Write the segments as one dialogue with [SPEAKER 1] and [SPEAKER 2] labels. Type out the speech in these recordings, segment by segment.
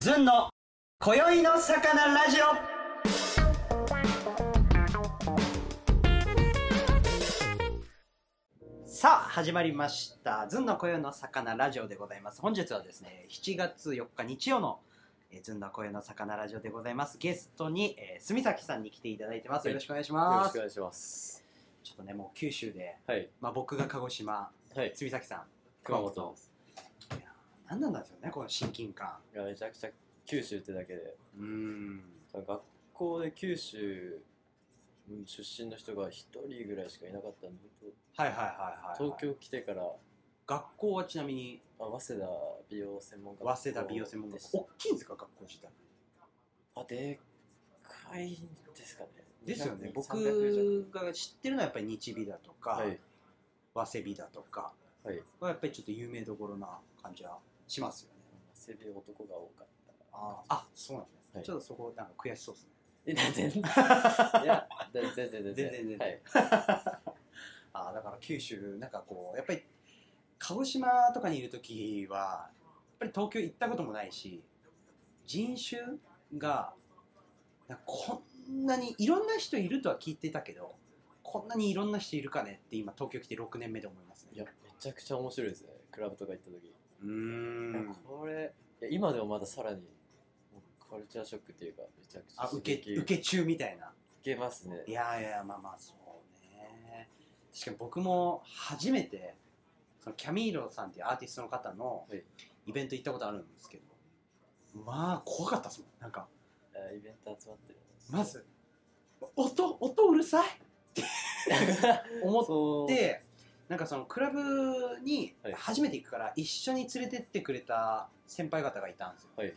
[SPEAKER 1] ずんの今宵の魚ラジオさあ始まりました「ずんの今宵の魚ラジオ」でございます本日はですね7月4日日曜の「えーずんの今宵の魚ラジオ」でございますゲストに、えー、住崎さんに来ていただいてます
[SPEAKER 2] は
[SPEAKER 1] よ
[SPEAKER 2] い
[SPEAKER 1] ろしくお願いし
[SPEAKER 2] よろ
[SPEAKER 1] ま
[SPEAKER 2] しくお
[SPEAKER 1] す
[SPEAKER 2] 願いします。
[SPEAKER 1] ちょっとねもう九州で、
[SPEAKER 2] はい。
[SPEAKER 1] まあ、僕が鹿児島
[SPEAKER 2] はい。
[SPEAKER 1] 住崎さん
[SPEAKER 2] 熊本です。
[SPEAKER 1] 何なんですよねこの親近感
[SPEAKER 2] いや、めちゃくちゃ九州ってだけで、
[SPEAKER 1] うーん
[SPEAKER 2] 学校で九州出身の人が一人ぐらいしかいなかったんで、
[SPEAKER 1] はいはいはいはい、
[SPEAKER 2] 東京来てから、あ
[SPEAKER 1] 学校はちなみに
[SPEAKER 2] 早稲田美容専門学校
[SPEAKER 1] 早稲田美容専門学
[SPEAKER 2] でし
[SPEAKER 1] 校大きいんですか学校自体
[SPEAKER 2] たあ、でっかいんですかね。
[SPEAKER 1] ですよね
[SPEAKER 2] 200 300以
[SPEAKER 1] 僕が知ってるのはやっぱり日美だとか、
[SPEAKER 2] 上はい。
[SPEAKER 1] 早稲美だとか
[SPEAKER 2] はい。
[SPEAKER 1] はやっぱりちょっと有名どころな感じはしますよね
[SPEAKER 2] 背び男が多かった。
[SPEAKER 1] ああそうなんですね、
[SPEAKER 2] はい
[SPEAKER 1] ちょっとそこなんか悔しそうですね
[SPEAKER 2] え、全然。 いや、全然全
[SPEAKER 1] 全
[SPEAKER 2] 然
[SPEAKER 1] 然全然
[SPEAKER 2] はい。
[SPEAKER 1] あだから九州なんかこうやっぱり鹿児島とかにいる時はやっぱり東京行ったこともないし人種がなんかこんなにいろんな人いるとは聞いてたけどこんなにいろんな人いるかねって今東京来て6年目で思います
[SPEAKER 2] い
[SPEAKER 1] ね
[SPEAKER 2] や、めちゃくちゃ面白いですね。クラブとか行った時。
[SPEAKER 1] うー
[SPEAKER 2] いや
[SPEAKER 1] ん
[SPEAKER 2] これいや今でもまださらにもうカルチャーショックっていうかめちゃくちゃ
[SPEAKER 1] あ受け
[SPEAKER 2] 受
[SPEAKER 1] 受け中みたいな
[SPEAKER 2] けますね
[SPEAKER 1] いやいやまあまあそうね確かに僕も初めてそのキャミーロさんっていうアーティストの方の
[SPEAKER 2] はい
[SPEAKER 1] イベント行ったことあるんですけど、まあ怖かったっすもんなんか
[SPEAKER 2] あイベント集まってる
[SPEAKER 1] まず音音うるさい思っ
[SPEAKER 2] そう
[SPEAKER 1] てなんかそのクラブに
[SPEAKER 2] はい
[SPEAKER 1] 初めて行くから一緒に連れてってくれた先輩方がいたんですよ、
[SPEAKER 2] はい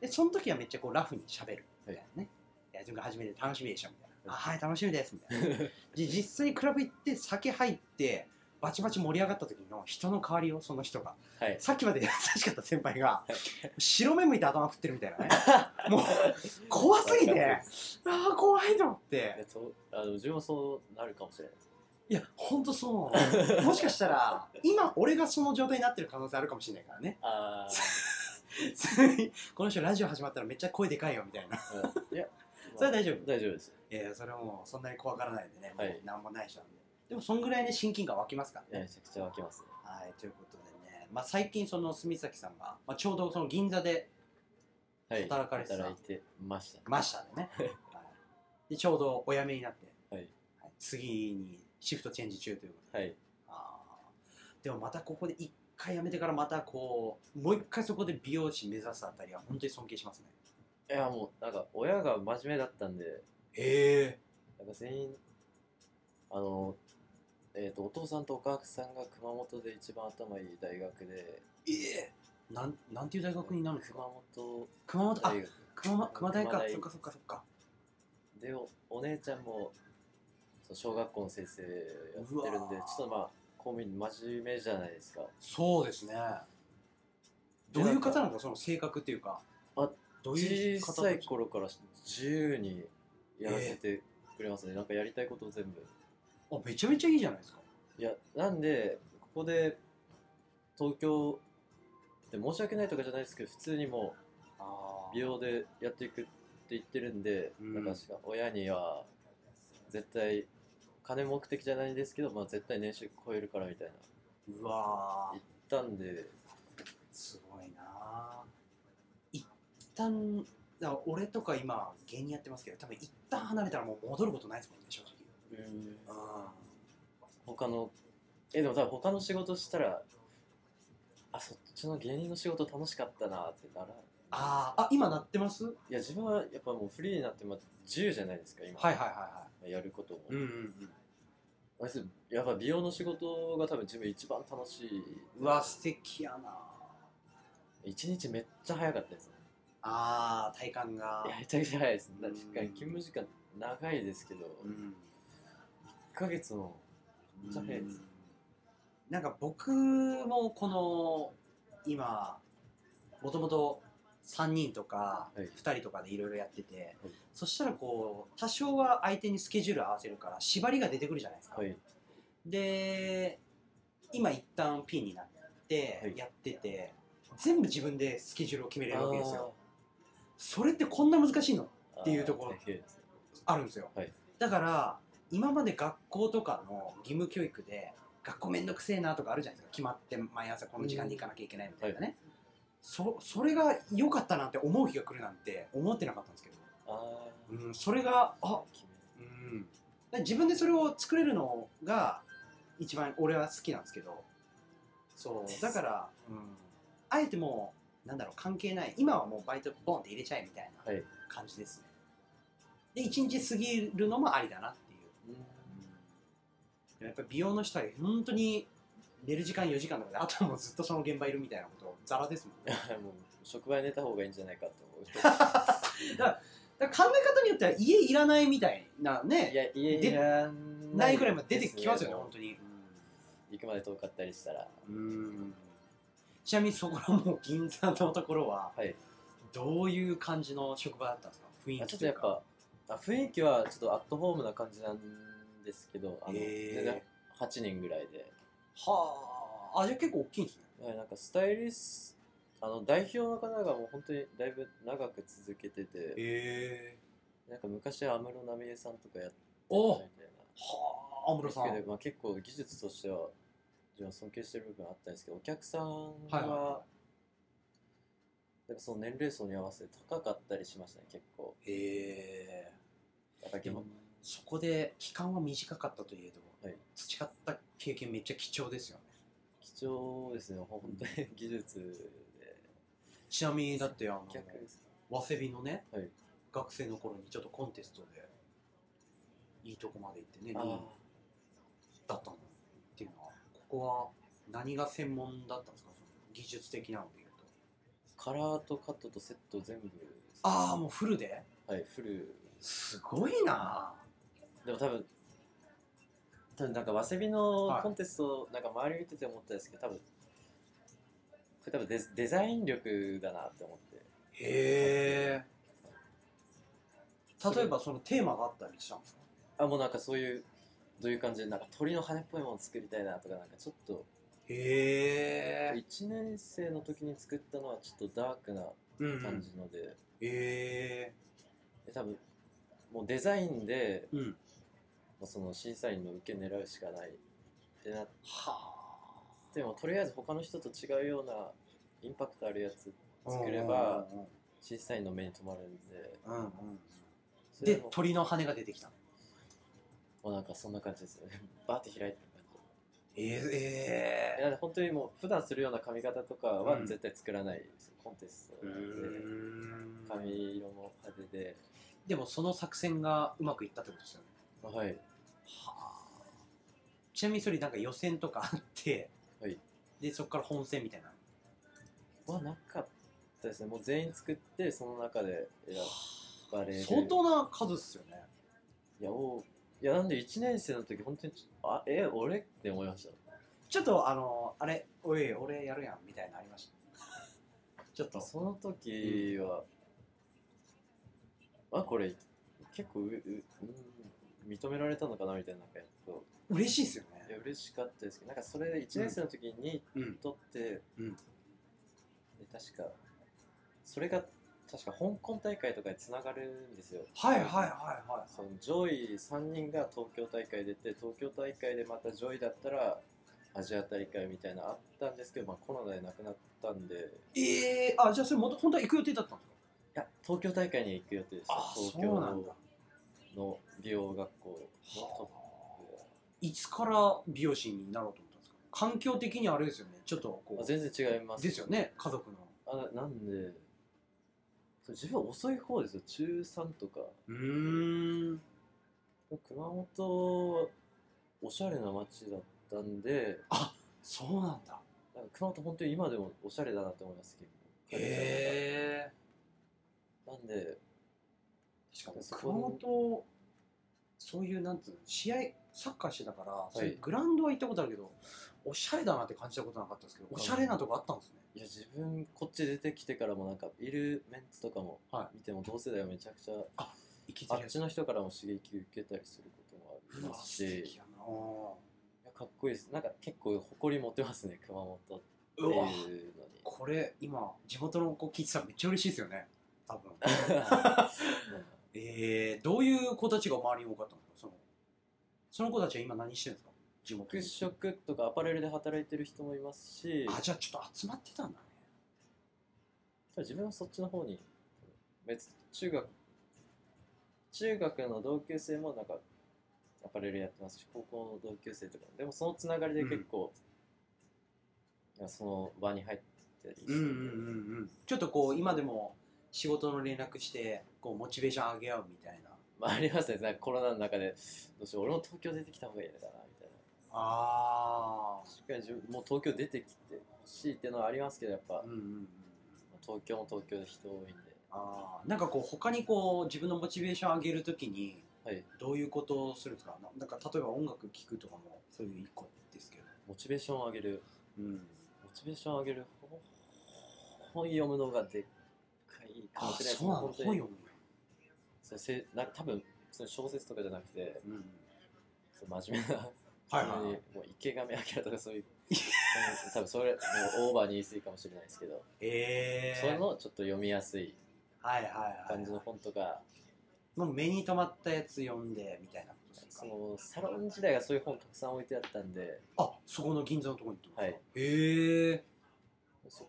[SPEAKER 1] でその時はめっちゃこうラフに喋るみたいなね、い、や自分が初めて楽しみでしょみたいな、
[SPEAKER 2] は
[SPEAKER 1] あはい楽しみですみたいな で実際クラブ行って酒入ってバチバチ盛り上がった時の人の代わりをその人が
[SPEAKER 2] はい
[SPEAKER 1] さっきまで優しかった先輩が白目向いて頭振ってるみたいなねもう怖すぎてああ怖いと思っ
[SPEAKER 2] い
[SPEAKER 1] て
[SPEAKER 2] やそうあの自分もそうなるかもしれないです
[SPEAKER 1] いやほんとそう なのもしかしたら今俺がその状態になってる可能性あるかもしれないからね
[SPEAKER 2] あ
[SPEAKER 1] この人ラジオ始まったらめっちゃ声でかいよみたいな
[SPEAKER 2] あ、うんいや
[SPEAKER 1] それは大丈夫
[SPEAKER 2] 大丈夫です
[SPEAKER 1] いやいやそれはもうそんなに怖がらないんでねも
[SPEAKER 2] はいう
[SPEAKER 1] なんもない人なんで、でもそんぐらいね親近感湧きますからね
[SPEAKER 2] いやめちゃくちゃ湧きますね
[SPEAKER 1] はい、ということでね、まあ、最近その住崎さんが、まあ、ちょうどその銀座で
[SPEAKER 2] はい
[SPEAKER 1] 働かれてた
[SPEAKER 2] 働いてました
[SPEAKER 1] ましたで ね、はい、でちょうどお辞めになって、
[SPEAKER 2] はい
[SPEAKER 1] はい次にシフトチェンジ中ということで、
[SPEAKER 2] はい
[SPEAKER 1] あーでもまたここで一回辞めてからまたこうもう一回そこで美容師目指すあたりは本当に尊敬しますね
[SPEAKER 2] いやもうなんか親が真面目だったんで
[SPEAKER 1] へえ
[SPEAKER 2] なんか全員あのえっ、とお父さんとお母さんが熊本で一番頭いい大学で
[SPEAKER 1] ええなんなんていう大学になるんですか
[SPEAKER 2] 熊本
[SPEAKER 1] 熊本あ
[SPEAKER 2] 大学
[SPEAKER 1] 熊熊大か
[SPEAKER 2] 熊大
[SPEAKER 1] そっかそっかそっか
[SPEAKER 2] でおお姉ちゃんもそう小学校の先生やってるん
[SPEAKER 1] う
[SPEAKER 2] で
[SPEAKER 1] わー
[SPEAKER 2] ちょっとまあ公務員真面目じゃないですか
[SPEAKER 1] そうですねどういう方なんかその性格っていうか
[SPEAKER 2] あ
[SPEAKER 1] どういう
[SPEAKER 2] 小
[SPEAKER 1] 方
[SPEAKER 2] さい頃から自由にやらせてくれますね、なんかやりたいことを全部
[SPEAKER 1] あめちゃめちゃいいじゃないですか
[SPEAKER 2] いやなんでここで東京で申し訳ないとかじゃないですけど普通にも
[SPEAKER 1] あ
[SPEAKER 2] う美容でやっていくって言ってるんで、
[SPEAKER 1] うん
[SPEAKER 2] なんかしか親には絶対金目的じゃないんですけど、まあ、絶対年収超えるからみたいな
[SPEAKER 1] うわ
[SPEAKER 2] 言
[SPEAKER 1] ー
[SPEAKER 2] ったんです
[SPEAKER 1] ごいな一旦だから俺とか今芸人やってますけど多分一旦離れたらもう戻ることないですもんね正直
[SPEAKER 2] 他のえでも多分他の仕事したらあそっちの芸人の仕事楽しかったなってなら
[SPEAKER 1] あーあ今なってますはい
[SPEAKER 2] いや自分はやっぱもうフリーになってまあ自由じゃないですか今、
[SPEAKER 1] はいはいは
[SPEAKER 2] やることも、
[SPEAKER 1] いうんうん
[SPEAKER 2] まずやっぱ美容の仕事が多分自分一番楽しい
[SPEAKER 1] うんうわ素敵やな
[SPEAKER 2] 一日めっちゃ早かったですね
[SPEAKER 1] あー体感が
[SPEAKER 2] いやめちゃくちゃ早いですね
[SPEAKER 1] うん
[SPEAKER 2] 確かに勤務時間長いですけど、
[SPEAKER 1] うん
[SPEAKER 2] 1ヶ月のめっちゃ早いです、
[SPEAKER 1] なんか僕もこの今もともと3人とか
[SPEAKER 2] はい
[SPEAKER 1] 2人とかでいろいろやってて、
[SPEAKER 2] はい
[SPEAKER 1] そしたらこう多少は相手にスケジュール合わせるから縛りが出てくるじゃないですか、
[SPEAKER 2] はい
[SPEAKER 1] で今一旦 P になって
[SPEAKER 2] はい
[SPEAKER 1] やってて、全部自分でスケジュールを決めれるわけですよ
[SPEAKER 2] あ
[SPEAKER 1] それってこんな難しいの
[SPEAKER 2] って
[SPEAKER 1] いうところ
[SPEAKER 2] ですね
[SPEAKER 1] あるんですよ、
[SPEAKER 2] はい
[SPEAKER 1] だから今まで学校とかの義務教育で学校めんどくせえなとかあるじゃないですか決まって毎朝この時間に行かなきゃいけないみたいなね、そそれが良かったなんて思う日が来るなんて思ってなかったんですけ
[SPEAKER 2] あー
[SPEAKER 1] ど、うん、それがあ
[SPEAKER 2] 決め
[SPEAKER 1] うんで自分でそれを作れるのが一番俺は好きなんですけどそうだから、うん、あえてもうなんだろう関係ない今はもうバイトボンって入れちゃえみたい
[SPEAKER 2] はい
[SPEAKER 1] な感じですね、で一日過ぎるのもありだなっていうやっぱり美容の人は本当に寝る時間4時間とかであとはもうずっとその現場いるみたいなことザラですもんね
[SPEAKER 2] うん もう職場に寝た方がいいんじゃないかと思
[SPEAKER 1] だから考え方によっては家いらないみたいな
[SPEAKER 2] うい
[SPEAKER 1] ね
[SPEAKER 2] や家に
[SPEAKER 1] で
[SPEAKER 2] いら
[SPEAKER 1] ないぐらいまで出てきますよね
[SPEAKER 2] で
[SPEAKER 1] 本当に
[SPEAKER 2] 行くまで遠かったりしたら
[SPEAKER 1] うんちなみにそこのもう銀座のところは、
[SPEAKER 2] はい
[SPEAKER 1] どういう感じの職場だったんですか雰囲
[SPEAKER 2] あ
[SPEAKER 1] 気
[SPEAKER 2] ちょっ
[SPEAKER 1] と
[SPEAKER 2] と
[SPEAKER 1] いう
[SPEAKER 2] やっ
[SPEAKER 1] か
[SPEAKER 2] ぱあ雰囲気はちょっとアットホームな感じなんですけどあの、
[SPEAKER 1] へー
[SPEAKER 2] 全然8人ぐらいで
[SPEAKER 1] はああじゃあ結構大きいんですね
[SPEAKER 2] はいなんかスタイリストあの代表の方がもう本当にだいぶ長く続けてて
[SPEAKER 1] ええ
[SPEAKER 2] なんか昔は安室奈美恵さんとかやってたみ
[SPEAKER 1] お
[SPEAKER 2] たい
[SPEAKER 1] はあ安
[SPEAKER 2] な
[SPEAKER 1] 室さん
[SPEAKER 2] ですけど、まあ、結構技術としては自分は尊敬してる部分あったんですけどお客さん
[SPEAKER 1] はいはい
[SPEAKER 2] は
[SPEAKER 1] は
[SPEAKER 2] なんかその年齢層に合わせて高かったりしましたね結構
[SPEAKER 1] え
[SPEAKER 2] やっぱ
[SPEAKER 1] えで
[SPEAKER 2] り
[SPEAKER 1] もそこで期間は短かったといえど、
[SPEAKER 2] はい
[SPEAKER 1] 培った経験めっちゃ貴重ですよね
[SPEAKER 2] 貴重ですね本当に技術で
[SPEAKER 1] ちなみにだってあの
[SPEAKER 2] 逆です
[SPEAKER 1] 早稲びのね、
[SPEAKER 2] はい
[SPEAKER 1] 学生の頃にちょっとコンテストでいいとこまで行ってね
[SPEAKER 2] あ
[SPEAKER 1] 二位
[SPEAKER 2] ー
[SPEAKER 1] だったのっていうのはここは何が専門だったんですかその技術的なのでいうと
[SPEAKER 2] カラーとカットとセット全部です
[SPEAKER 1] ああもうフルで
[SPEAKER 2] はいフル
[SPEAKER 1] すごいな
[SPEAKER 2] でも多分多分なんか早稲びの
[SPEAKER 1] はい
[SPEAKER 2] コンテスト、なんか周り見てて思ったんですけど多分これ多分デデザイン力だなって思って
[SPEAKER 1] へえ
[SPEAKER 2] それ
[SPEAKER 1] 例えばそのテーマがあったりしたんですか
[SPEAKER 2] あもうなんかそういうどういう感じでなんか鳥の羽っぽいもの作りたいなとかなんかちょっと
[SPEAKER 1] へえ
[SPEAKER 2] 1年生の時に作ったのはちょっとダークな
[SPEAKER 1] うんう
[SPEAKER 2] 感
[SPEAKER 1] ん
[SPEAKER 2] じので,、
[SPEAKER 1] へえ
[SPEAKER 2] で多分もうデザインで
[SPEAKER 1] うん
[SPEAKER 2] もうその審査員の受け狙うしかないってなっ
[SPEAKER 1] は
[SPEAKER 2] てもとりあえず他の人と違うようなインパクトあるやつ
[SPEAKER 1] あ
[SPEAKER 2] 作れば
[SPEAKER 1] うんうん
[SPEAKER 2] 審査員の目に留まるんで
[SPEAKER 1] うんうん
[SPEAKER 2] それ
[SPEAKER 1] で
[SPEAKER 2] でも
[SPEAKER 1] 鳥の羽が出てきたの
[SPEAKER 2] もうなんかそんな感じですよね バーって開いてる感じ
[SPEAKER 1] え
[SPEAKER 2] なので本当にもう普段するような髪型とかは
[SPEAKER 1] うん
[SPEAKER 2] 絶対作らないですよ、コンテスト
[SPEAKER 1] え
[SPEAKER 2] なので髪色も派手で、
[SPEAKER 1] でもその作戦がうまくいったってことですよね
[SPEAKER 2] はい
[SPEAKER 1] はあちなみにそれなんか予選とかあって、
[SPEAKER 2] はい
[SPEAKER 1] でそこから本戦みたいな
[SPEAKER 2] はなかったですねもう全員作ってその中で選ばれる
[SPEAKER 1] 相当な数っすよね
[SPEAKER 2] いやおういやなんで1年生の時本当にちょあえ俺って思いました
[SPEAKER 1] ちょっとあのあれおい俺やるやんみたいなのありましたちょっと
[SPEAKER 2] その時は、あこれ結構うう、うん、認められたのかなみたいななんかやっと
[SPEAKER 1] 嬉しいっすよ
[SPEAKER 2] い
[SPEAKER 1] ね
[SPEAKER 2] や嬉しかったですけどなんかそれで1年生の時に
[SPEAKER 1] うん
[SPEAKER 2] 取って、
[SPEAKER 1] うん
[SPEAKER 2] で確かそれが確か香港大会とかにつながるんですよ
[SPEAKER 1] はいはいはいはい
[SPEAKER 2] その上位3人が東京大会出て東京大会でまた上位だったらアジア大会みたいなのあったんですけど、まあ、コロナでなくなったんでい
[SPEAKER 1] えー、あじゃあそれもと本当は行く予定だったんですか
[SPEAKER 2] や東京大会に行く予定です
[SPEAKER 1] あ
[SPEAKER 2] 東
[SPEAKER 1] そうなんだ
[SPEAKER 2] 京の美容学校のトッ
[SPEAKER 1] はあいつから美容師になろうと思ったんですか環境的にあれですよねちょっと
[SPEAKER 2] プ、ま
[SPEAKER 1] こ
[SPEAKER 2] あ、
[SPEAKER 1] う
[SPEAKER 2] 全然違います
[SPEAKER 1] ですよね家族の
[SPEAKER 2] あなんでそう自分は遅い方ですよ中3とか
[SPEAKER 1] うーん
[SPEAKER 2] 熊本おしゃれな街だったんで
[SPEAKER 1] そうなんだ
[SPEAKER 2] なんか熊本本当に今でもおしゃれだなって思います結構
[SPEAKER 1] へえ
[SPEAKER 2] なんで
[SPEAKER 1] しかも
[SPEAKER 2] そ
[SPEAKER 1] 熊
[SPEAKER 2] こ
[SPEAKER 1] 本そういうなんつうの試合サッカーしてたから、
[SPEAKER 2] い
[SPEAKER 1] そういうグラウンドは行ったことあるけどおしゃれだなって感じたことなかったんですけどおしゃれなとこあったんですね、
[SPEAKER 2] いや自分こっち出てきてからもなんかいるメンツとかも
[SPEAKER 1] は
[SPEAKER 2] 見ても同世代はめちゃくちゃ
[SPEAKER 1] 行き
[SPEAKER 2] あ
[SPEAKER 1] づ
[SPEAKER 2] っ
[SPEAKER 1] らい
[SPEAKER 2] ちの人からも刺激受けたりすることもあり
[SPEAKER 1] うわ
[SPEAKER 2] ます
[SPEAKER 1] 素
[SPEAKER 2] し
[SPEAKER 1] 敵やなう
[SPEAKER 2] いやかっこいいですなんか結構誇り持ってますね熊本っていう
[SPEAKER 1] わ
[SPEAKER 2] のに
[SPEAKER 1] これ今地元の子聞いてたらめっちゃ嬉しいですよね多 分 えー、どういう子たちが周りに多かったのそのその子たちは今何してるんですか地元
[SPEAKER 2] 服
[SPEAKER 1] に
[SPEAKER 2] 飾とかアパレルで働いてる人もいますし
[SPEAKER 1] あじゃあちょっと集まってたんだね
[SPEAKER 2] 自分はそっちの方に別中学中学の同級生もなんかアパレルやってますし高校の同級生とかでもそのつながりで結構、その場に入ったりして、
[SPEAKER 1] うんうんうんうんちょっとこう今でも仕事の連絡してこうモチベーション上げ合うみたいな
[SPEAKER 2] まあありますねなんかコロナの中でどうしよう俺も東京出てきた方がいいのかなみたいな
[SPEAKER 1] あ
[SPEAKER 2] しっかり自分もう東京出てきてほしいっていうのはありますけどやっぱ
[SPEAKER 1] あうんうんうん
[SPEAKER 2] 東京も東京で人多いんで
[SPEAKER 1] あーなんかこう他にこう自分のモチベーション上げるときに
[SPEAKER 2] はい
[SPEAKER 1] どういうことをするんですかななんか例えば音楽聴くとかもそういう一個ですけど
[SPEAKER 2] モチベーションを上げる
[SPEAKER 1] うん
[SPEAKER 2] モチベーションを上げるほ本読むのがでっかいかも
[SPEAKER 1] あ
[SPEAKER 2] しれないです
[SPEAKER 1] そうなの本
[SPEAKER 2] 本当
[SPEAKER 1] 読
[SPEAKER 2] に
[SPEAKER 1] むの
[SPEAKER 2] そうせな多分その小説とかじゃなくて
[SPEAKER 1] うん
[SPEAKER 2] そう真面目な、
[SPEAKER 1] はい
[SPEAKER 2] 普通
[SPEAKER 1] は
[SPEAKER 2] に
[SPEAKER 1] い
[SPEAKER 2] もう池上彰とかそういううん多分それもうオーバーに言い過ぎかもしれないですけど、
[SPEAKER 1] え
[SPEAKER 2] そ
[SPEAKER 1] ー、
[SPEAKER 2] れのちょっと読みやすい
[SPEAKER 1] はいはいは
[SPEAKER 2] 感
[SPEAKER 1] い
[SPEAKER 2] じの本とか、
[SPEAKER 1] もう目に留まったやつ読んでみたいなことです
[SPEAKER 2] そ
[SPEAKER 1] か
[SPEAKER 2] のサロン時代がそういう本たくさん置いてあったんで
[SPEAKER 1] あそこの銀座のところにってことですか
[SPEAKER 2] は
[SPEAKER 1] へえ
[SPEAKER 2] そっ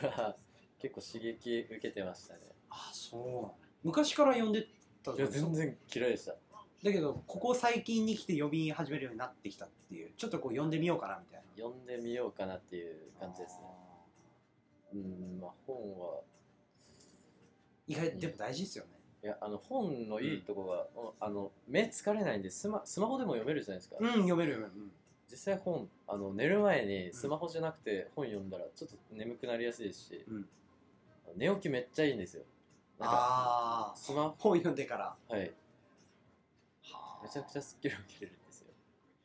[SPEAKER 2] から結構刺激受けてましたね
[SPEAKER 1] あそうなんだ昔から読んでた
[SPEAKER 2] いや全然嫌いでした
[SPEAKER 1] だけどここ最近に来て読み始めるようになってきたっていうちょっとこう読んでみようかなみたい
[SPEAKER 2] 読んでみようかなっていう
[SPEAKER 1] な
[SPEAKER 2] 感じですねうんまあ本は
[SPEAKER 1] 意外でも大事ですよね
[SPEAKER 2] いやあの本のいいとこが、あの目疲れないんでスマスマホでも読めるじゃないですか、
[SPEAKER 1] うん読める読めるうん
[SPEAKER 2] 実際本あの寝る前にスマホじゃなくて本読んだらちょっと眠くなりやすいし、
[SPEAKER 1] うん
[SPEAKER 2] 寝起きめっちゃいいんですよなんか
[SPEAKER 1] あ
[SPEAKER 2] スマ
[SPEAKER 1] あ本読んでから
[SPEAKER 2] ホはい
[SPEAKER 1] は
[SPEAKER 2] めちゃくちゃスッキリ起きれるんですよ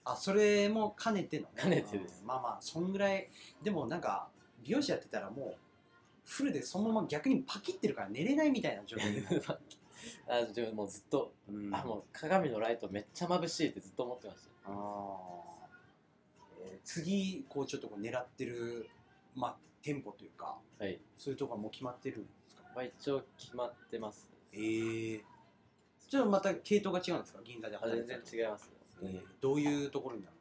[SPEAKER 1] あそれも兼ねてのね
[SPEAKER 2] 兼ねてです
[SPEAKER 1] うんまあまあそんぐらいでもなんか美容師やってたらもうフルでそのまま逆にパキってるから寝れないみたいな状 態になる
[SPEAKER 2] あ自分もうずっと、
[SPEAKER 1] うん
[SPEAKER 2] あもう鏡のライトめっちゃ眩しいってずっと思ってました
[SPEAKER 1] あーえー次こうちょっとこう狙ってる、まあ、店舗というか
[SPEAKER 2] はい、
[SPEAKER 1] そういうとこはもう決まってるんですか
[SPEAKER 2] まあ、一応決まってます
[SPEAKER 1] えー、ちょっとまた系統が違うんですか銀座で
[SPEAKER 2] あ
[SPEAKER 1] 働い
[SPEAKER 2] 全
[SPEAKER 1] て
[SPEAKER 2] 然
[SPEAKER 1] たと
[SPEAKER 2] 違います、
[SPEAKER 1] えーどういうところになる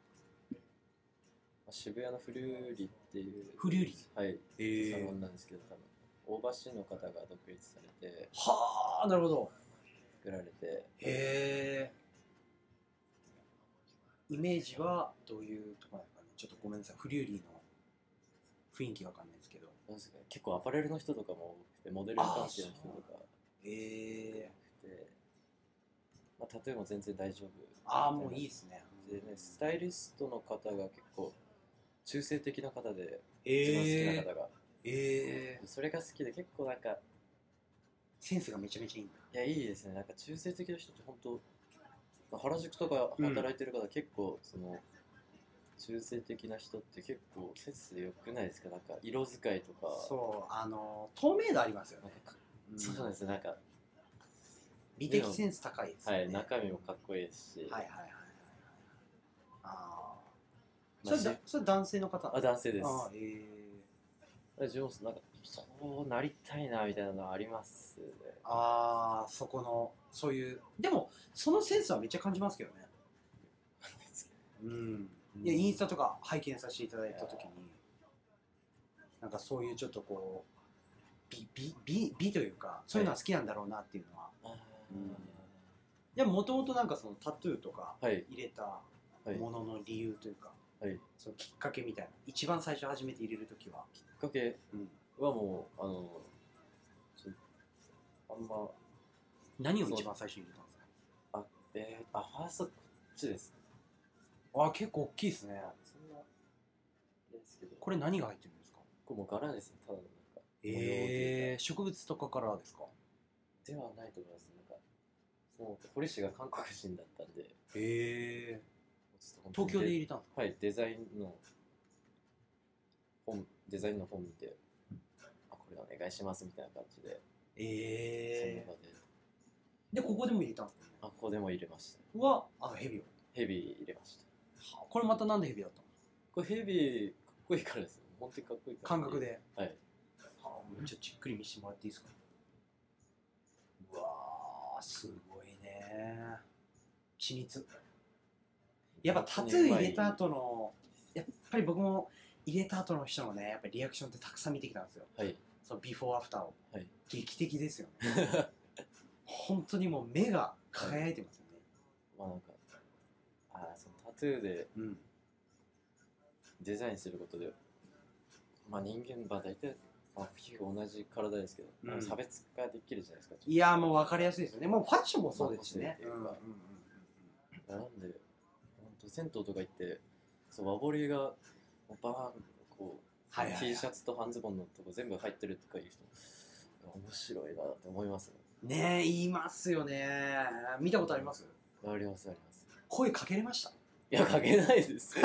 [SPEAKER 2] 渋谷のフリューリっていう
[SPEAKER 1] フリューリ
[SPEAKER 2] はい
[SPEAKER 1] え
[SPEAKER 2] サロンなんですけど多分大橋の方が独立されて
[SPEAKER 1] はあなるほど
[SPEAKER 2] 作られて
[SPEAKER 1] へえイメージはどういうとこなのかなちょっとごめんなさいフリューリーの雰囲気わかんないですけど
[SPEAKER 2] なんですかね結構アパレルの人とかも多くてモデル関係の人とか
[SPEAKER 1] ええ
[SPEAKER 2] 多くて、まあ、例えば全然大丈夫
[SPEAKER 1] ああもういいですね
[SPEAKER 2] でねスタイリストの方が結構中性的な方で一番好き
[SPEAKER 1] え
[SPEAKER 2] な方が、
[SPEAKER 1] えええ
[SPEAKER 2] それが好きで結構なんか
[SPEAKER 1] センスがめちゃめちゃいいんだ
[SPEAKER 2] いやいいですねなんか中性的な人って本当まあ原宿とか働いてる方、結構その中性的な人って結構センス良くないですかなんか色使いとか
[SPEAKER 1] そうあの透明度ありますよ
[SPEAKER 2] なん
[SPEAKER 1] ね、
[SPEAKER 2] かか
[SPEAKER 1] うん
[SPEAKER 2] そうなんですねなんか、
[SPEAKER 1] 美的センス高いですよ
[SPEAKER 2] は
[SPEAKER 1] ね
[SPEAKER 2] い、中身もかっこいいですし、
[SPEAKER 1] はいはいはいはいああ
[SPEAKER 2] ま
[SPEAKER 1] そ
[SPEAKER 2] あ
[SPEAKER 1] れだ
[SPEAKER 2] し
[SPEAKER 1] それ男性の方
[SPEAKER 2] あ男性です
[SPEAKER 1] あーええ
[SPEAKER 2] 自分もなんかそうなりたいなみたいなのはありますね
[SPEAKER 1] ああそこのそういうでもそのセンスはめっちゃ感じますけどねうんいやインスタとか拝見させていただいた時になんかそういうちょっとこう美美美美というかそういうのは好きなんだろうなっていうのは、
[SPEAKER 2] あー
[SPEAKER 1] うんでももともとなんかそのタトゥーとか
[SPEAKER 2] はい
[SPEAKER 1] 入れた
[SPEAKER 2] はい
[SPEAKER 1] ものの理由というか、
[SPEAKER 2] はい
[SPEAKER 1] そのきっかけみたいな一番最初初めて入れる時は、
[SPEAKER 2] きっかけ
[SPEAKER 1] うん、
[SPEAKER 2] はもうあのちょあんま
[SPEAKER 1] 何を一番最初に入れたんですか
[SPEAKER 2] えー、あファーストこっちです
[SPEAKER 1] ああ結構大きいですね
[SPEAKER 2] そんなですけど
[SPEAKER 1] これ何が入ってるんですか
[SPEAKER 2] これもう柄ですね、ただのなんか。
[SPEAKER 1] えー、植物とかからですか
[SPEAKER 2] ではないと思います。なんか、そう、堀氏が韓国人だったんで、
[SPEAKER 1] え
[SPEAKER 2] ちょっ
[SPEAKER 1] ー、
[SPEAKER 2] と本
[SPEAKER 1] 東京
[SPEAKER 2] 当に
[SPEAKER 1] で入れたんですか
[SPEAKER 2] はい、デザインの本、デザインの本見て、あ、これお願いしますみたいな感じで、
[SPEAKER 1] え
[SPEAKER 2] その場で、
[SPEAKER 1] ー、でここでも入れたんですか
[SPEAKER 2] あ、ここでも入れました。
[SPEAKER 1] はあのヘビを
[SPEAKER 2] ヘビー入れました。
[SPEAKER 1] はあこれまたなんでヘビだったの
[SPEAKER 2] これヘビー、かっこいいからですよ。本当にかっこいいから。
[SPEAKER 1] 感覚。で、
[SPEAKER 2] はい。
[SPEAKER 1] はあ、ちょっとじっくり見せてもらっていいですかすごいね緻密やっぱタトゥー入れた後のやっぱり僕も入れた後の人のねやっぱりリアクションってたくさん見てきたんですよ
[SPEAKER 2] はい
[SPEAKER 1] そのビフォーアフターを、
[SPEAKER 2] はい
[SPEAKER 1] 劇的ですよね本当にもう目が輝いてますよね、
[SPEAKER 2] まあなんかあーそのタトゥーで
[SPEAKER 1] うん
[SPEAKER 2] デザインすることでまあ人間まあ大体まあ結構同じ体ですけど、
[SPEAKER 1] うん
[SPEAKER 2] なんか差別化できるじゃないですか
[SPEAKER 1] いやーもう分かりやすいですよねもうファッションもそうですしね、
[SPEAKER 2] ま
[SPEAKER 1] う
[SPEAKER 2] あ
[SPEAKER 1] んうんうん
[SPEAKER 2] なんで本当銭湯とか行ってそう和彫りがもうバーンこう
[SPEAKER 1] はいはいはい
[SPEAKER 2] T シャツと半ズボンのとこ全部入ってるとかいう人いや面白いなって思いますね
[SPEAKER 1] ねえいますよね見たことあります
[SPEAKER 2] ありますあります
[SPEAKER 1] 声かけれました
[SPEAKER 2] いやかけないです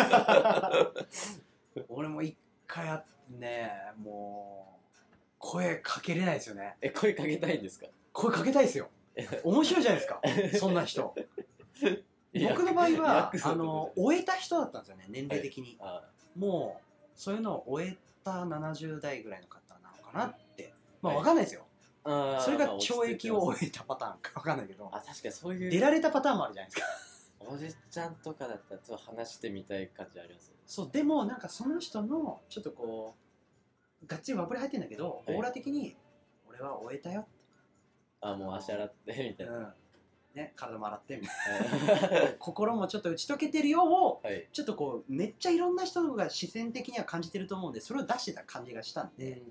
[SPEAKER 1] 俺も一回あってねもう声かけれないですよね
[SPEAKER 2] え声かけたいんですか
[SPEAKER 1] 声かけたいですよ面白いじゃないです かそんな人僕の場合はあの終えた人だったんですよね年齢的に、
[SPEAKER 2] あ
[SPEAKER 1] もうそういうのを終えた70代ぐらいの方なのかなってまあ
[SPEAKER 2] はい
[SPEAKER 1] 分かんないですよ、
[SPEAKER 2] あー
[SPEAKER 1] それが
[SPEAKER 2] まあ
[SPEAKER 1] 懲役を
[SPEAKER 2] 落ち着い
[SPEAKER 1] 終え
[SPEAKER 2] て
[SPEAKER 1] たパターンか分かんないけど
[SPEAKER 2] ますあ確かにそう
[SPEAKER 1] 出
[SPEAKER 2] いう
[SPEAKER 1] られたパターンもあるじゃないですか
[SPEAKER 2] おじちゃんとかだったらちょっと話してみたい感じありますよね
[SPEAKER 1] そうでもなんかその人のちょっとこうがっちりワブり入ってんだけど、
[SPEAKER 2] はい
[SPEAKER 1] オーラ的に俺は終えたよ
[SPEAKER 2] あもう足洗ってみたいな
[SPEAKER 1] うんね、体も洗ってみたい
[SPEAKER 2] は
[SPEAKER 1] な心もちょっと打ち解けてるよを
[SPEAKER 2] い
[SPEAKER 1] ちょっとこうめっちゃいろんな人が視線的には感じてると思うんでそれを出してた感じがしたんで、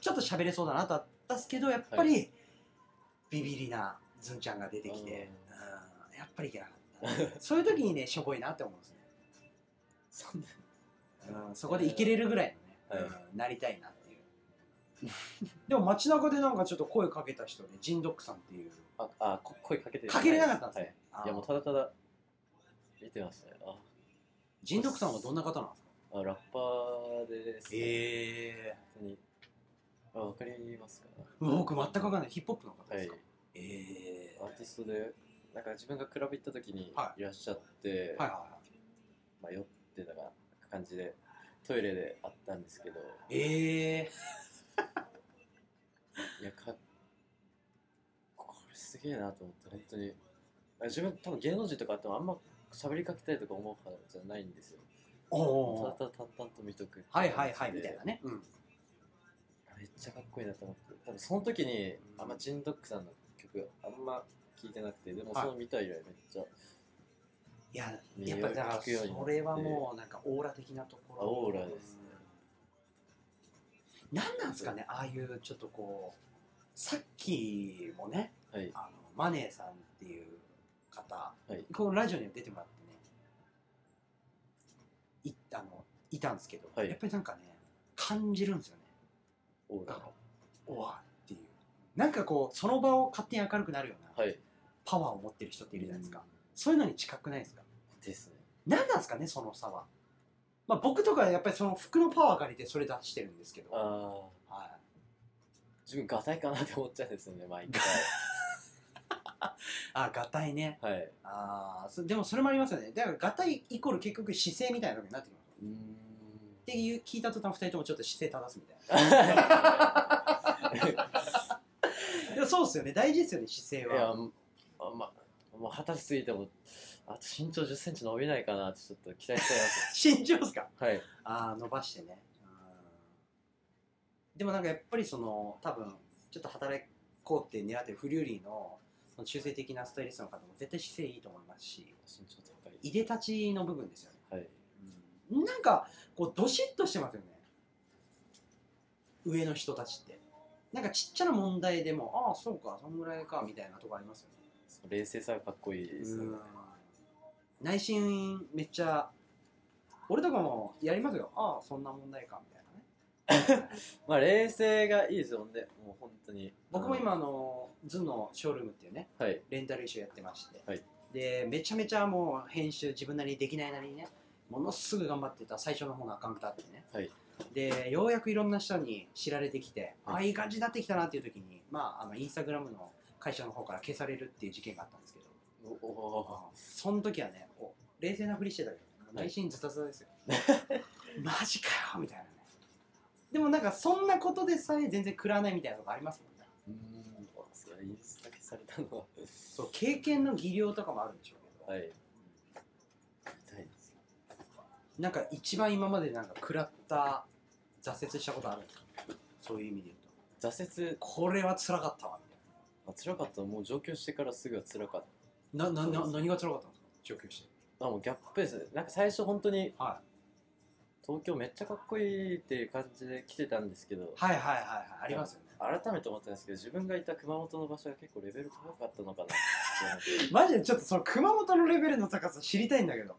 [SPEAKER 1] ちょっと喋れそうだなとあったんですけどやっぱり、ビビりなずんちゃんが出てきて、うんやっぱりいけなかった そういう時にねしょぼいなって思うんですね、
[SPEAKER 2] そんな
[SPEAKER 1] うん、そこでいけれるぐらいのね、
[SPEAKER 2] は
[SPEAKER 1] うんなりたいなっていう でも街中でなんかちょっと声かけた人でジンドックさんっていう
[SPEAKER 2] ああこ声かけて
[SPEAKER 1] かけれなかったんです
[SPEAKER 2] は
[SPEAKER 1] ね
[SPEAKER 2] い、
[SPEAKER 1] あ
[SPEAKER 2] いやもうただただ見てましたね
[SPEAKER 1] ジンドクさんはどんな方なんですか
[SPEAKER 2] ああラッパーです、
[SPEAKER 1] ええ
[SPEAKER 2] 本当にあわかりますか
[SPEAKER 1] 僕全くわかんないヒップホップの方
[SPEAKER 2] は
[SPEAKER 1] です
[SPEAKER 2] い
[SPEAKER 1] か、ええ
[SPEAKER 2] アーティストでなんか自分がクラブ行った時に
[SPEAKER 1] はい
[SPEAKER 2] いらっしゃって、
[SPEAKER 1] はいはいはい
[SPEAKER 2] まあ、酔ってたかな感じでトイレで会ったんですけど
[SPEAKER 1] ええ
[SPEAKER 2] いやかこれすげえなと思って本当にあ自分多分芸能人とかあってもあんま喋りかけたいとか思う方じゃないんですよ
[SPEAKER 1] お
[SPEAKER 2] た
[SPEAKER 1] お
[SPEAKER 2] だただ淡々と見とく
[SPEAKER 1] はいはいはいみたいなね、うん、
[SPEAKER 2] めっちゃかっこいいなと思って多分その時にあんまジンドックさんの曲あんま聞いてなくてでも
[SPEAKER 1] はい
[SPEAKER 2] その見た以来めっちゃ、
[SPEAKER 1] いや
[SPEAKER 2] ね
[SPEAKER 1] やっぱりだから
[SPEAKER 2] 聞くようになって
[SPEAKER 1] それはもうなんかオーラ的なところ
[SPEAKER 2] オーラですね
[SPEAKER 1] うん何なんですかねああいうちょっとこうさっきもね
[SPEAKER 2] はい
[SPEAKER 1] あのマネーさんっていう方、
[SPEAKER 2] はい
[SPEAKER 1] このラジオにも出てもらってねいあのいたんですけど、
[SPEAKER 2] はい
[SPEAKER 1] やっぱりなんかね感じるんですよね
[SPEAKER 2] オーラ
[SPEAKER 1] あのおわっていうなんかこうその場を勝手に明るくなるような
[SPEAKER 2] はい
[SPEAKER 1] パワーを持ってる人っているじゃないですか、そういうのに近くないですか
[SPEAKER 2] ですね
[SPEAKER 1] 何なんですかねその差は、まあ、僕とかはやっぱりその服のパワー借りてそれ出してるんですけど、は
[SPEAKER 2] ああ
[SPEAKER 1] い、
[SPEAKER 2] 自分ガタイかなって思っちゃうんですよね毎
[SPEAKER 1] あがたいね
[SPEAKER 2] 回はい
[SPEAKER 1] あーそでもそれもありますよねだからがたいイコール結局姿勢みたいなのになってきます
[SPEAKER 2] うー ん
[SPEAKER 1] っていう聞いた途端2人ともちょっと姿勢正すみたいなでもそうですよね大事ですよね姿勢
[SPEAKER 2] い や
[SPEAKER 1] は
[SPEAKER 2] あまもう二十歳過ぎてもあと身長1 0ンチ伸びないかなってちょっと期待しちゃいます
[SPEAKER 1] 身長ですか
[SPEAKER 2] はい
[SPEAKER 1] ああ伸ばしてねうんでもなんかやっぱりその多分ちょっと働こうって狙ってるフリューリーのその中性的なスタイリストの方も絶対姿勢いいと思いますし
[SPEAKER 2] 身長高い
[SPEAKER 1] いでたちの部分ですよね、
[SPEAKER 2] はい
[SPEAKER 1] うんなんかこうどしっとしてますよね上の人たちってなんかちっちゃな問題でもああそうかそんぐらいかみたいなとこありますよね
[SPEAKER 2] その冷静さがかっこいいですよね
[SPEAKER 1] うん内心めっちゃ俺とかもやりますよああそんな問題かみたい なね
[SPEAKER 2] まあ冷静がいいですよねもう本当に
[SPEAKER 1] 僕も今あのズンのショールームっていうね
[SPEAKER 2] はい
[SPEAKER 1] レンタル一緒やってまして、
[SPEAKER 2] はい
[SPEAKER 1] でめちゃめちゃもう編集自分なりにできないなりにねものすぐ頑張ってた最初の方のアカウントあってね、
[SPEAKER 2] はい
[SPEAKER 1] でようやくいろんな人に知られてきて、
[SPEAKER 2] は
[SPEAKER 1] あ
[SPEAKER 2] い
[SPEAKER 1] あいい感じになってきたなっていう時にまああのインスタグラムの会社の方から消されるっていう事件があったんですけど
[SPEAKER 2] おお
[SPEAKER 1] その時はね、こう冷静なふりしてたけど、
[SPEAKER 2] はい
[SPEAKER 1] 内心ズタズタ ですよ。マジかよみたいなね。でもなんかそんなことでさえ全然食らわないみたいなとこありますもんね。
[SPEAKER 2] ーうーんですよ。インスタ消されたのは。
[SPEAKER 1] そう経験の技量とかもあるんでしょうけど、
[SPEAKER 2] はい。痛いですよ。
[SPEAKER 1] なんか一番今までなんか食らった挫折したことあるんですかそういう意味で言うと
[SPEAKER 2] 挫折、
[SPEAKER 1] これは辛かったわみたい
[SPEAKER 2] あ辛かった。もう上京してからすぐは辛かっ
[SPEAKER 1] なななな何が辛かったんですか上京して
[SPEAKER 2] た。あ、もうギャップですね。なんか最初本当に
[SPEAKER 1] は
[SPEAKER 2] 東京めっちゃかっこいいっていう感じで来てたんですけど、
[SPEAKER 1] いはいはいはいはいありますよね
[SPEAKER 2] 改めて思ったんですけど、自分がいた熊本の場所が結構レベル高かったのかなって思って。
[SPEAKER 1] マジでちょっとその熊本のレベルの高さ知りたいんだけど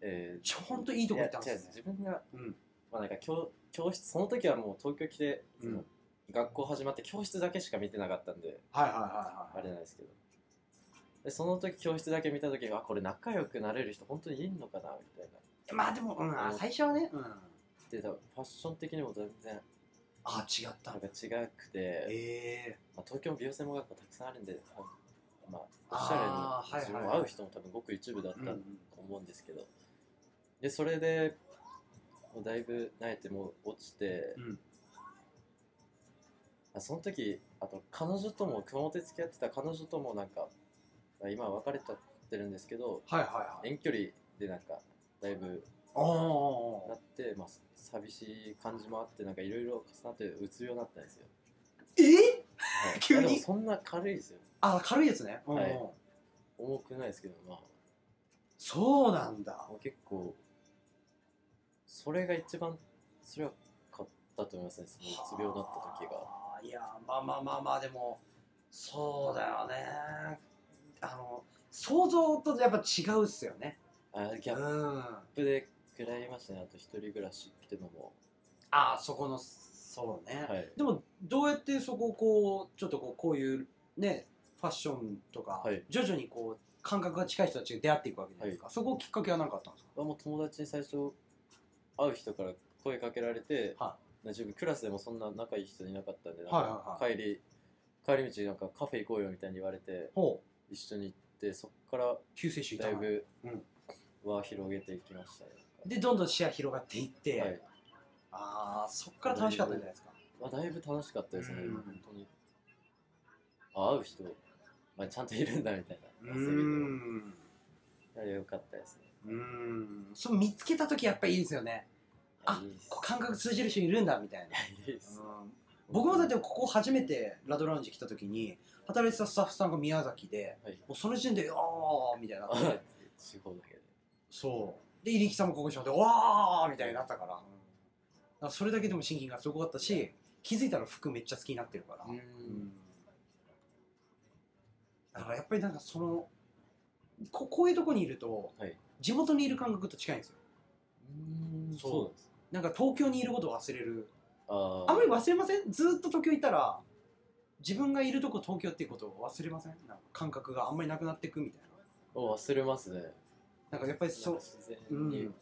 [SPEAKER 2] えー
[SPEAKER 1] ちょほんといいとこ行ったんですね
[SPEAKER 2] いや違う自分が、
[SPEAKER 1] うん
[SPEAKER 2] まあなんか教教室その時はもう東京来て、
[SPEAKER 1] うん
[SPEAKER 2] その学校始まって教室だけしか見てなかったんで
[SPEAKER 1] はいはいはい
[SPEAKER 2] あ
[SPEAKER 1] はい
[SPEAKER 2] れなんですけどでその時教室だけ見た時はこれ仲良くなれる人本当にいんのかなみたいな
[SPEAKER 1] まあでも、うん、あ最初はね、うん、
[SPEAKER 2] で多分ファッション的にも全然
[SPEAKER 1] あ違った
[SPEAKER 2] なん
[SPEAKER 1] ん
[SPEAKER 2] か
[SPEAKER 1] だ
[SPEAKER 2] 違くて、
[SPEAKER 1] ええ
[SPEAKER 2] まあ、東京も美容専門学校たくさんあるんであまあおし
[SPEAKER 1] あー
[SPEAKER 2] ゃれな自分も
[SPEAKER 1] はいはいはい
[SPEAKER 2] 会う人も多分ごく一部だったん
[SPEAKER 1] うん
[SPEAKER 2] で
[SPEAKER 1] う、ん
[SPEAKER 2] 思うんですけどでそれでもうだいぶ慣れてもう落ちて、
[SPEAKER 1] うん
[SPEAKER 2] あその時あと彼女とも熊本で付き合ってた彼女ともなんかあ今は別れちゃってるんですけど
[SPEAKER 1] はいはいはい
[SPEAKER 2] 遠距離でなんかだいぶ
[SPEAKER 1] あ
[SPEAKER 2] な
[SPEAKER 1] あ
[SPEAKER 2] って、まあ、寂しい感じもあってなんかいろいろ重なってうつ病になったんですよ、
[SPEAKER 1] え
[SPEAKER 2] はい
[SPEAKER 1] 急に
[SPEAKER 2] あでもそんな軽いですよ
[SPEAKER 1] あ軽いやつね、うんうん
[SPEAKER 2] はい重くないですけどまあ
[SPEAKER 1] そうなんだ
[SPEAKER 2] もう結構それが一番それはかったと思いますねそのうつ病だった時が。
[SPEAKER 1] はあいやまあまあまあまあでもそうだよねあの想像とやっぱ違うっすよね
[SPEAKER 2] あギ
[SPEAKER 1] う
[SPEAKER 2] ャッ
[SPEAKER 1] んあ
[SPEAKER 2] プで食らいましたねあと一人暮らしってのも
[SPEAKER 1] あそこのそうね、
[SPEAKER 2] はい
[SPEAKER 1] でもどうやってそこをこうちょっとこうこういうねファッションとか、
[SPEAKER 2] はい
[SPEAKER 1] 徐々にこう感覚が近い人たちが出会っていくわけじゃないですか、そこをきっかけは何かあったんですか
[SPEAKER 2] あもう友達に最初会う人から声かけられて、
[SPEAKER 1] は
[SPEAKER 2] 自分クラスでもそんな仲いい人いなかったんでなん
[SPEAKER 1] はいは
[SPEAKER 2] か
[SPEAKER 1] い
[SPEAKER 2] 帰り帰り道なんかカフェ行こうよみたいに言われて
[SPEAKER 1] ほう
[SPEAKER 2] 一緒に行ってそっから
[SPEAKER 1] 救世主いた
[SPEAKER 2] だい
[SPEAKER 1] な
[SPEAKER 2] ぶ
[SPEAKER 1] うん
[SPEAKER 2] は広げていきましたね、
[SPEAKER 1] でどんどん視野広がっていって、
[SPEAKER 2] はい
[SPEAKER 1] ああそっから楽しかったんじゃないですか
[SPEAKER 2] まあ、だいぶ楽しかったですね、
[SPEAKER 1] うん
[SPEAKER 2] 本当にあ会う人、まあ、ちゃんといるんだみたいな
[SPEAKER 1] う
[SPEAKER 2] 遊びで
[SPEAKER 1] ん
[SPEAKER 2] いや良かったですね
[SPEAKER 1] うんそう見つけた時やっぱいいですよねあ
[SPEAKER 2] いいっす
[SPEAKER 1] こう感覚通じる人いるんだみたいな、
[SPEAKER 2] いいっす
[SPEAKER 1] うん僕もだってここ初めてラドラウンジ来た時に働いてたスタッフさんが宮崎で
[SPEAKER 2] はい
[SPEAKER 1] もうその時点で「ああ」みたいになって
[SPEAKER 2] 地方だけで。
[SPEAKER 1] そうで入力さんもここにしまって「わあ」みたいになったからだからそれだけでも親近がすごかったし気づいたら服めっちゃ好きになってるから、
[SPEAKER 2] うん。
[SPEAKER 1] だからやっぱりなんかそのここういうとこにいると、
[SPEAKER 2] はい
[SPEAKER 1] 地元にいる感覚と近いんですよそう
[SPEAKER 2] そうなんです。
[SPEAKER 1] なんか東京にいることを忘れる
[SPEAKER 2] あ
[SPEAKER 1] あんまり
[SPEAKER 2] は
[SPEAKER 1] 忘れませんずーっと東京いたら自分がいるとこ東京っていうことを忘れませんなんか感覚があんまりなくなっていくみたい
[SPEAKER 2] 忘れますね。
[SPEAKER 1] ななんかやっぱりそう
[SPEAKER 2] なんか自
[SPEAKER 1] う
[SPEAKER 2] 然に
[SPEAKER 1] ん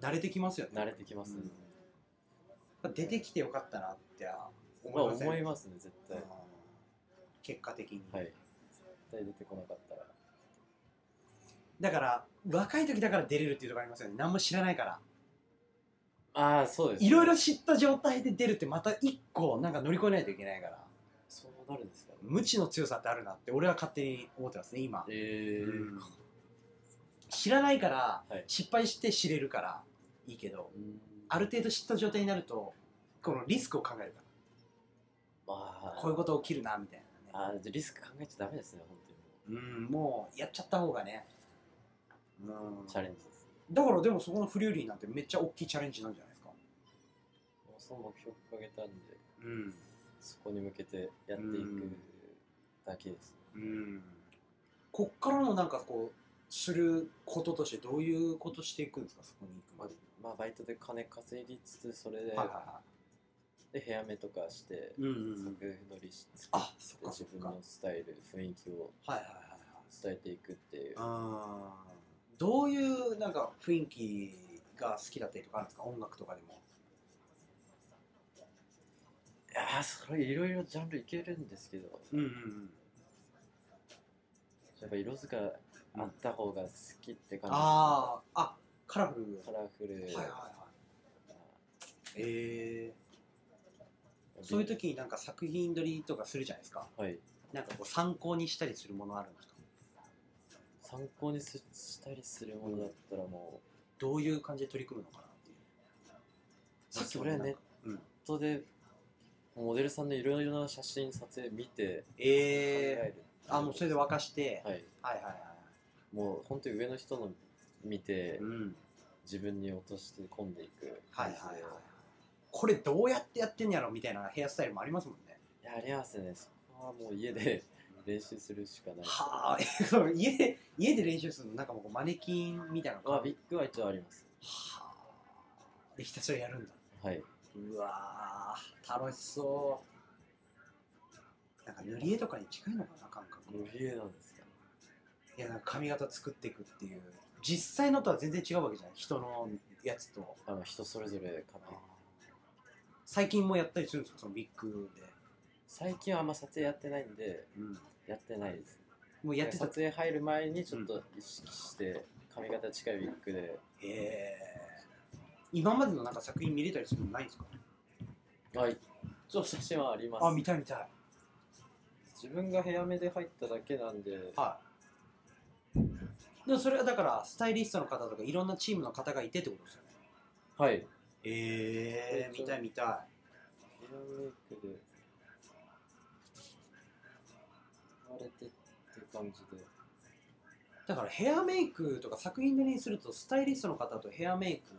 [SPEAKER 1] 慣れてきますよね
[SPEAKER 2] 慣れてきますね。
[SPEAKER 1] うん出てきてよかったなって
[SPEAKER 2] まあ
[SPEAKER 1] 思いません、
[SPEAKER 2] 思いますね、絶対。
[SPEAKER 1] うん結果的に、
[SPEAKER 2] はい。絶対出てこなかったら。
[SPEAKER 1] だから若い時だから出れるっていうところありますよね何も知らないから
[SPEAKER 2] ああ、そうですね。
[SPEAKER 1] いろいろ知った状態で出るってまた一個なんか乗り越えないといけないから
[SPEAKER 2] そうなるんですかね。
[SPEAKER 1] 無知の強さってあるなって俺は勝手に思ってますね今、
[SPEAKER 2] ええ。
[SPEAKER 1] うん知らないから
[SPEAKER 2] はい
[SPEAKER 1] 失敗して知れるからいいけどあ
[SPEAKER 2] る。
[SPEAKER 1] る程度知った状態になるとこのリスクを考えるか
[SPEAKER 2] ま
[SPEAKER 1] ら
[SPEAKER 2] あ。
[SPEAKER 1] こういうこと起きるなみたいなね
[SPEAKER 2] ああ、じゃあリスク考えちゃダメですね、本当に。
[SPEAKER 1] うんもうやっちゃった方がねうん
[SPEAKER 2] チャレンジです。
[SPEAKER 1] だからでもそこのフリューリーなんてめっちゃ大きいチャレンジなんじゃないですか
[SPEAKER 2] もうその目標掲げたんで、
[SPEAKER 1] うん
[SPEAKER 2] そこに向けてやっていくだけです。
[SPEAKER 1] うんこっからのなんかこうすることとしてどういうことしていくんですかそこに行くま
[SPEAKER 2] まあ
[SPEAKER 1] で、
[SPEAKER 2] まあ、バイトで金稼ぎつつ、それで、
[SPEAKER 1] はいはいは
[SPEAKER 2] で部屋目とかして、
[SPEAKER 1] いうんうんう
[SPEAKER 2] 作
[SPEAKER 1] ん
[SPEAKER 2] 撮りして
[SPEAKER 1] あそっかそ
[SPEAKER 2] 自
[SPEAKER 1] っ
[SPEAKER 2] 分
[SPEAKER 1] か
[SPEAKER 2] のスタイル雰囲気を
[SPEAKER 1] はいはいはい
[SPEAKER 2] 伝えていくっていう
[SPEAKER 1] はいあーどういうなんか雰囲気が好きだったりとかあるんですか音楽とかでも
[SPEAKER 2] いやーそれいろいろジャンルいけるんですけど
[SPEAKER 1] うんうんうん
[SPEAKER 2] やっぱ色使いあった方が好きって感じ、
[SPEAKER 1] あーあカラフル
[SPEAKER 2] カラフル、
[SPEAKER 1] はいはいはいえそういう時になんか作品撮りとかするじゃないですか
[SPEAKER 2] はい
[SPEAKER 1] なんかこう参考にしたりするものあるんですか
[SPEAKER 2] 参考にすしたりするものだったらもう
[SPEAKER 1] どういう感じで取り組むのかなっていうさっき
[SPEAKER 2] そ
[SPEAKER 1] も
[SPEAKER 2] れ
[SPEAKER 1] ねな
[SPEAKER 2] は
[SPEAKER 1] ん
[SPEAKER 2] ネッ
[SPEAKER 1] かうん
[SPEAKER 2] トでモデルさんのいろいろな写真撮影見て考
[SPEAKER 1] え
[SPEAKER 2] える、
[SPEAKER 1] ー、あもうそれで沸かして、
[SPEAKER 2] はい
[SPEAKER 1] はい、はいはい
[SPEAKER 2] もう本当に上の人の見て
[SPEAKER 1] うん
[SPEAKER 2] 自分に落として込んでいく
[SPEAKER 1] はいは
[SPEAKER 2] 感じ
[SPEAKER 1] い
[SPEAKER 2] で、
[SPEAKER 1] はいこれどうやってやってんやろみたいなヘアスタイルもありますもんね
[SPEAKER 2] いやありますねそこはもう家で練習するしかない
[SPEAKER 1] はあ そう家で家で練習するのなんかもうマネキンみたいなの
[SPEAKER 2] あビッグは一応あります
[SPEAKER 1] はあでひたすらやるんだ
[SPEAKER 2] はいう
[SPEAKER 1] わー楽しそうなんか塗り絵とかに近いのかな感覚
[SPEAKER 2] 無理なんですか
[SPEAKER 1] いやなんか髪型作っていくっていう実際のとは全然違うわけじゃない人のやつと
[SPEAKER 2] あの人それぞれかな
[SPEAKER 1] 最近もやったりするんですかそのビッグで、
[SPEAKER 2] 最近はあんま撮影やってないんで
[SPEAKER 1] うん、
[SPEAKER 2] やってないです
[SPEAKER 1] もうやってた
[SPEAKER 2] 撮影入る前にちょっと意識して髪型近いウィッグで
[SPEAKER 1] えー今までのなんか作品見れたりするのないんですか
[SPEAKER 2] はい一応写真はあります
[SPEAKER 1] あ見たい見たい
[SPEAKER 2] 自分が部屋目で入っただけなんで
[SPEAKER 1] はいでもそれはだからスタイリストの方とかいろんなチームの方がいてってことですよね
[SPEAKER 2] はい
[SPEAKER 1] え
[SPEAKER 2] 見たい
[SPEAKER 1] 見たい
[SPEAKER 2] ヘアメイクで割れてって感じで
[SPEAKER 1] だからヘアメイクとか作品撮りにするとスタイリストの方とヘアメイク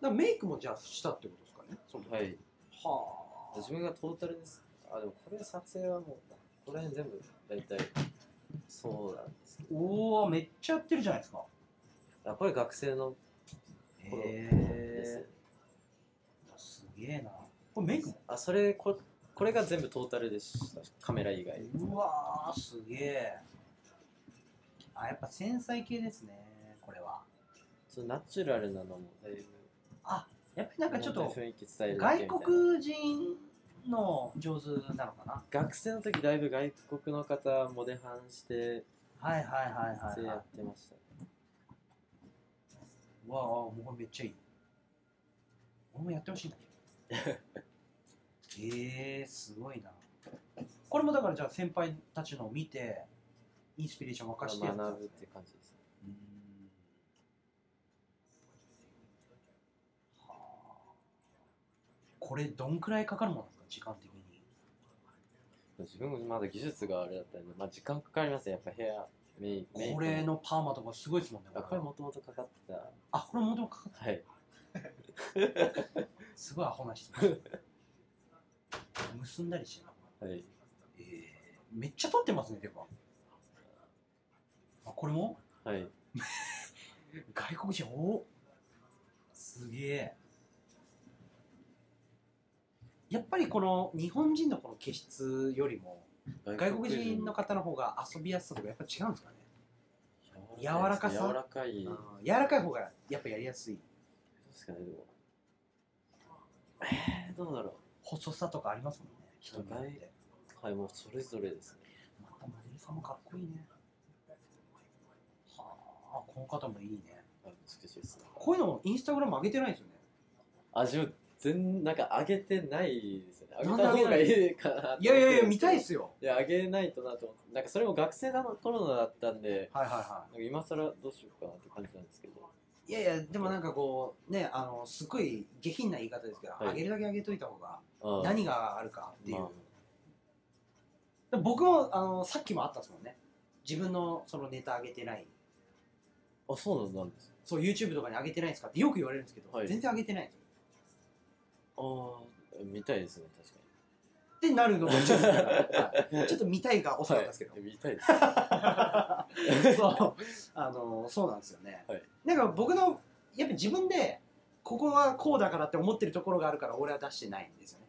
[SPEAKER 1] だからメイクもじゃあしたってことですかねその時
[SPEAKER 2] はい
[SPEAKER 1] は
[SPEAKER 2] 自分がトータルですあでもこれ撮影はもうここら辺全部大体そうなんですけど
[SPEAKER 1] おおめっちゃやってるじゃないですか
[SPEAKER 2] やっぱり学生の頃です、
[SPEAKER 1] へーすげえなこれメイクも
[SPEAKER 2] あそれここれが全部トータルでしたカメラ以外
[SPEAKER 1] うわーすげえあやっぱ繊細系ですねこれは
[SPEAKER 2] そのナチュラルなのもだいぶ
[SPEAKER 1] やっぱりなんかちょっと
[SPEAKER 2] 雰囲気伝えるだけみた
[SPEAKER 1] 外
[SPEAKER 2] いな
[SPEAKER 1] 国人の上手なのかな
[SPEAKER 2] 学生の時だいぶ外国の方モデハンして
[SPEAKER 1] はいはいはい
[SPEAKER 2] 撮
[SPEAKER 1] はい、
[SPEAKER 2] 影
[SPEAKER 1] は
[SPEAKER 2] や
[SPEAKER 1] い
[SPEAKER 2] ってました、
[SPEAKER 1] うわあ、もうめっちゃいい。俺もやってほしいんだ けど。ええー、すごいな。これもだからじゃあ先輩たちのを見て、インスピレーション沸かしてやった
[SPEAKER 2] 学
[SPEAKER 1] ん
[SPEAKER 2] ぶ
[SPEAKER 1] で
[SPEAKER 2] っ
[SPEAKER 1] すね
[SPEAKER 2] て感じです
[SPEAKER 1] うーんはあこれどんくらいかかるものなんですか時間的に。
[SPEAKER 2] 自分もまだ技術があれだったんで、まあ、時間かかりますねやっぱヘアメイメイク
[SPEAKER 1] これのパーマとかすごいですもんね。
[SPEAKER 2] あこれもともとかかってた
[SPEAKER 1] あ、これもともかかっ
[SPEAKER 2] はい
[SPEAKER 1] たすごいアホな質 問。結んだりしてるの
[SPEAKER 2] はい
[SPEAKER 1] えーめっちゃ撮ってますね、でも。あ、これも
[SPEAKER 2] はい
[SPEAKER 1] 外国人、おすげえ。やっぱりこの日本人のこの気質よりも外国人の方の方が遊びやすさとかやっぱ違うんですかね、
[SPEAKER 2] 柔らかいですね
[SPEAKER 1] 柔
[SPEAKER 2] 柔らかい
[SPEAKER 1] うん
[SPEAKER 2] どう
[SPEAKER 1] 柔らかい方がやっぱやりやすい
[SPEAKER 2] ですかねでもえー、どうだろ
[SPEAKER 1] 細さとかありますもんね人によって
[SPEAKER 2] うはいもうそれぞれですね
[SPEAKER 1] またモデルさんもかっこいいねはあこの方もいいね
[SPEAKER 2] あ美しいですね
[SPEAKER 1] こういうのもインスタグラム上げてないですよね
[SPEAKER 2] 味を全なんか上げてないですよね
[SPEAKER 1] な
[SPEAKER 2] 上
[SPEAKER 1] んで
[SPEAKER 2] げた
[SPEAKER 1] 上げ
[SPEAKER 2] 方
[SPEAKER 1] な
[SPEAKER 2] が
[SPEAKER 1] い
[SPEAKER 2] いいかなと思って
[SPEAKER 1] いやいやいや見たいっ
[SPEAKER 2] です
[SPEAKER 1] すよ
[SPEAKER 2] けどいや上げないとなと思ってなんかそれも学生の頃のだったんで
[SPEAKER 1] はいはいは
[SPEAKER 2] なんか今更どうしようかなって感じなんですけど
[SPEAKER 1] い。いやいや、でもなんかこう、ね、あの、すごい下品な言い方ですけど、
[SPEAKER 2] はい
[SPEAKER 1] 上げるだけ上げといた方が、
[SPEAKER 2] あー
[SPEAKER 1] 何があるかっていう。
[SPEAKER 2] まあ
[SPEAKER 1] で僕も、あの、さっきもあったんですもんね。自分のそのネタ上げてない。
[SPEAKER 2] あそうなんです
[SPEAKER 1] そう、YouTube とかに上げてないんですかってよく言われるんですけど、
[SPEAKER 2] はい
[SPEAKER 1] 全然上げてないんですよ。
[SPEAKER 2] ああ見たいですね確かに
[SPEAKER 1] ってなる のがちょっと、はいちょっと見たいが遅かったですけど
[SPEAKER 2] は。い、見たいです
[SPEAKER 1] そう、あの、そうなんですよね。
[SPEAKER 2] はい
[SPEAKER 1] なんか僕の、やっぱ自分で、ここはこうだからって思ってるところがあるから、俺は出してないんですよね。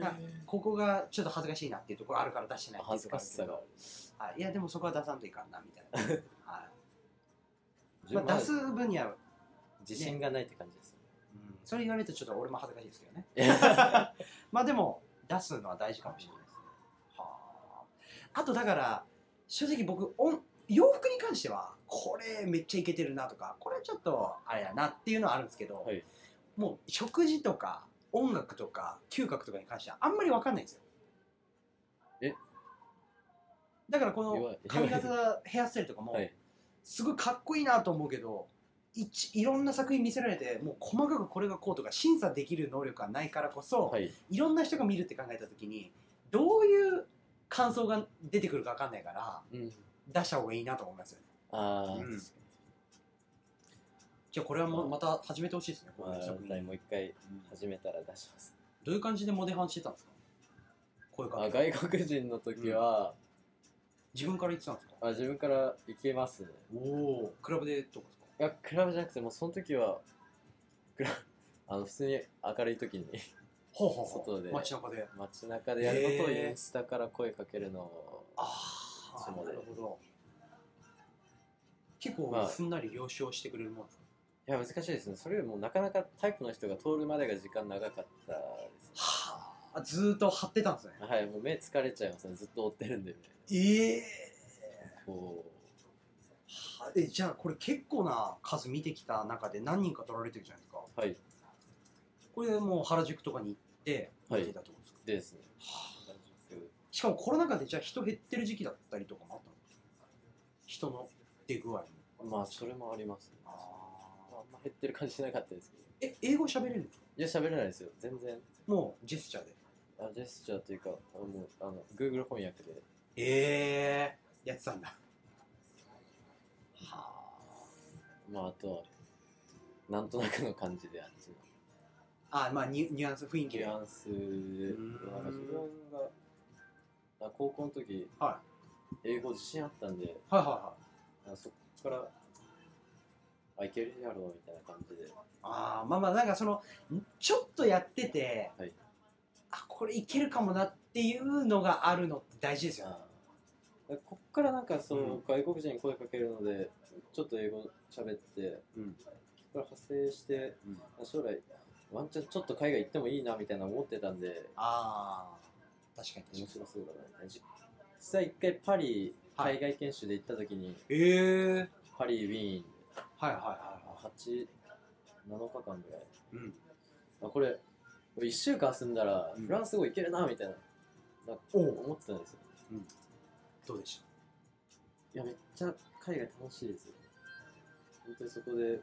[SPEAKER 2] ね
[SPEAKER 1] ここがちょっと恥ずかしいなっていうところあるから出してないっていう
[SPEAKER 2] 恥
[SPEAKER 1] と
[SPEAKER 2] ず
[SPEAKER 1] こ
[SPEAKER 2] か
[SPEAKER 1] ろあ
[SPEAKER 2] し
[SPEAKER 1] るけ
[SPEAKER 2] さ
[SPEAKER 1] ど
[SPEAKER 2] がある
[SPEAKER 1] はい、いやでもそこは出さんといかんなみたい な、はい
[SPEAKER 2] 自分
[SPEAKER 1] ま
[SPEAKER 2] は
[SPEAKER 1] あ、出す分には、
[SPEAKER 2] 自信がないって感 じです、
[SPEAKER 1] うんそれ言われるとちょっと俺も恥ずかしいですけ どね
[SPEAKER 2] は
[SPEAKER 1] まあでも出すのは大事かもしれないですねはああとだから正直僕おん洋服に関してはこれめっちゃいけてるなとかこれちょっとあれやなっていうのはあるんですけど、
[SPEAKER 2] はい
[SPEAKER 1] もう食事とか音楽とか嗅覚とかに関してはあんまり分かんないんですよ
[SPEAKER 2] え
[SPEAKER 1] だからこ
[SPEAKER 2] いわ
[SPEAKER 1] の
[SPEAKER 2] い
[SPEAKER 1] 髪型ヘアスタイルとかも
[SPEAKER 2] はい
[SPEAKER 1] すごいかっこいいなと思うけどいちいろんな作品見せられてもう細かくこれがこうとか審査できる能力がないからこそ、
[SPEAKER 2] はい
[SPEAKER 1] いろんな人が見るって考えた時にどういう感想が出てくるか分かんないから
[SPEAKER 2] うん
[SPEAKER 1] 出した方がいいなと思いますよね
[SPEAKER 2] ああ、
[SPEAKER 1] うんじゃあこれはもうまた始めてほしいですねこ
[SPEAKER 2] ま
[SPEAKER 1] ういう
[SPEAKER 2] あ
[SPEAKER 1] 作、品、
[SPEAKER 2] 第もう一回
[SPEAKER 1] うん
[SPEAKER 2] 始めたら出します。
[SPEAKER 1] どういう感じでモデハンしてたんですかこういう
[SPEAKER 2] あ
[SPEAKER 1] 感じ
[SPEAKER 2] 外国人の時は、
[SPEAKER 1] 自分から言ってたんですか
[SPEAKER 2] あ自分から行けますね。
[SPEAKER 1] おおクラブでとかですか
[SPEAKER 2] いや、クラブじゃなくて、もうその時は、クラ あの普通に明るい時に
[SPEAKER 1] ほうほうほう
[SPEAKER 2] 外で
[SPEAKER 1] 街中で
[SPEAKER 2] 街中でやることを
[SPEAKER 1] へー
[SPEAKER 2] インスタから声かけるのを、
[SPEAKER 1] ああ
[SPEAKER 2] そう
[SPEAKER 1] な
[SPEAKER 2] だね
[SPEAKER 1] るほど結
[SPEAKER 2] ま
[SPEAKER 1] 構
[SPEAKER 2] あ
[SPEAKER 1] すんなり了承してくれるもんですか
[SPEAKER 2] いや、難しいですね。それよりもなかなかタイプの人が通るまでが時間長かったです。
[SPEAKER 1] はあずーっと張ってたんですね
[SPEAKER 2] はい、もう目疲れちゃいますね。ずっと追ってるんで、
[SPEAKER 1] ええ
[SPEAKER 2] こ
[SPEAKER 1] はえじゃあこれ結構な数見てきた中で何人か撮られてるじゃないですか
[SPEAKER 2] う。はい、
[SPEAKER 1] これでもう原宿とかに行って
[SPEAKER 2] は
[SPEAKER 1] 見
[SPEAKER 2] い
[SPEAKER 1] てたってことですか、
[SPEAKER 2] ですね。
[SPEAKER 1] はあ
[SPEAKER 2] 原
[SPEAKER 1] しかもコロナ禍でじゃあ人減ってる時期だったりとかもあったの人の出具合も
[SPEAKER 2] 宿まあ、それもあります、ね。
[SPEAKER 1] あ
[SPEAKER 2] まああんま減ってる感じしなかったですけ
[SPEAKER 1] ー
[SPEAKER 2] ど。
[SPEAKER 1] え英語喋れるんですか
[SPEAKER 2] いや、喋れないですよ。全然。
[SPEAKER 1] もうジェスチャーで
[SPEAKER 2] あジェスチャーというか、あもうあの Google 翻訳で。
[SPEAKER 1] ええやってたんだは
[SPEAKER 2] まあ、あとは、なんとなくの感じであっちの。
[SPEAKER 1] ああまあニュニュアンス雰囲気
[SPEAKER 2] ニ
[SPEAKER 1] で
[SPEAKER 2] ュ
[SPEAKER 1] は
[SPEAKER 2] アンスで、なんか自分が、あ高校の時、
[SPEAKER 1] は
[SPEAKER 2] 英語自信あったんで、
[SPEAKER 1] いはいはい
[SPEAKER 2] あそこから、あ、いけるやろうみたいな感じで。
[SPEAKER 1] ああまあまあなんかそのんちょっとやってて、
[SPEAKER 2] はい
[SPEAKER 1] あこれいけるかもなっていうのがあるのって大事ですよね
[SPEAKER 2] あーこっからなんかそう、
[SPEAKER 1] うん
[SPEAKER 2] 外国人に声かけるので、ちょっと英語喋って、
[SPEAKER 1] うん
[SPEAKER 2] そこから派生して、
[SPEAKER 1] うん
[SPEAKER 2] 将来、ワンチャンちょっと海外行ってもいいなみたいな思ってたんで、
[SPEAKER 1] ああ確かに確か
[SPEAKER 2] 面
[SPEAKER 1] に
[SPEAKER 2] 白そうだなみたいな。実際一回パリ、
[SPEAKER 1] はい
[SPEAKER 2] 海外研修で行った時に、
[SPEAKER 1] ええ
[SPEAKER 2] パリ、ウィーン、
[SPEAKER 1] はいはいは
[SPEAKER 2] 8、7日間ぐらい。
[SPEAKER 1] いはい、うん、
[SPEAKER 2] あこれ、1週間住んだら、
[SPEAKER 1] うん
[SPEAKER 2] フランス語行けるなみたいな、なんか
[SPEAKER 1] おう
[SPEAKER 2] 思ってたんですよ。
[SPEAKER 1] どうでした
[SPEAKER 2] いや、めっちゃ海外楽しいですよ。本当にそこで、
[SPEAKER 1] うん
[SPEAKER 2] なんか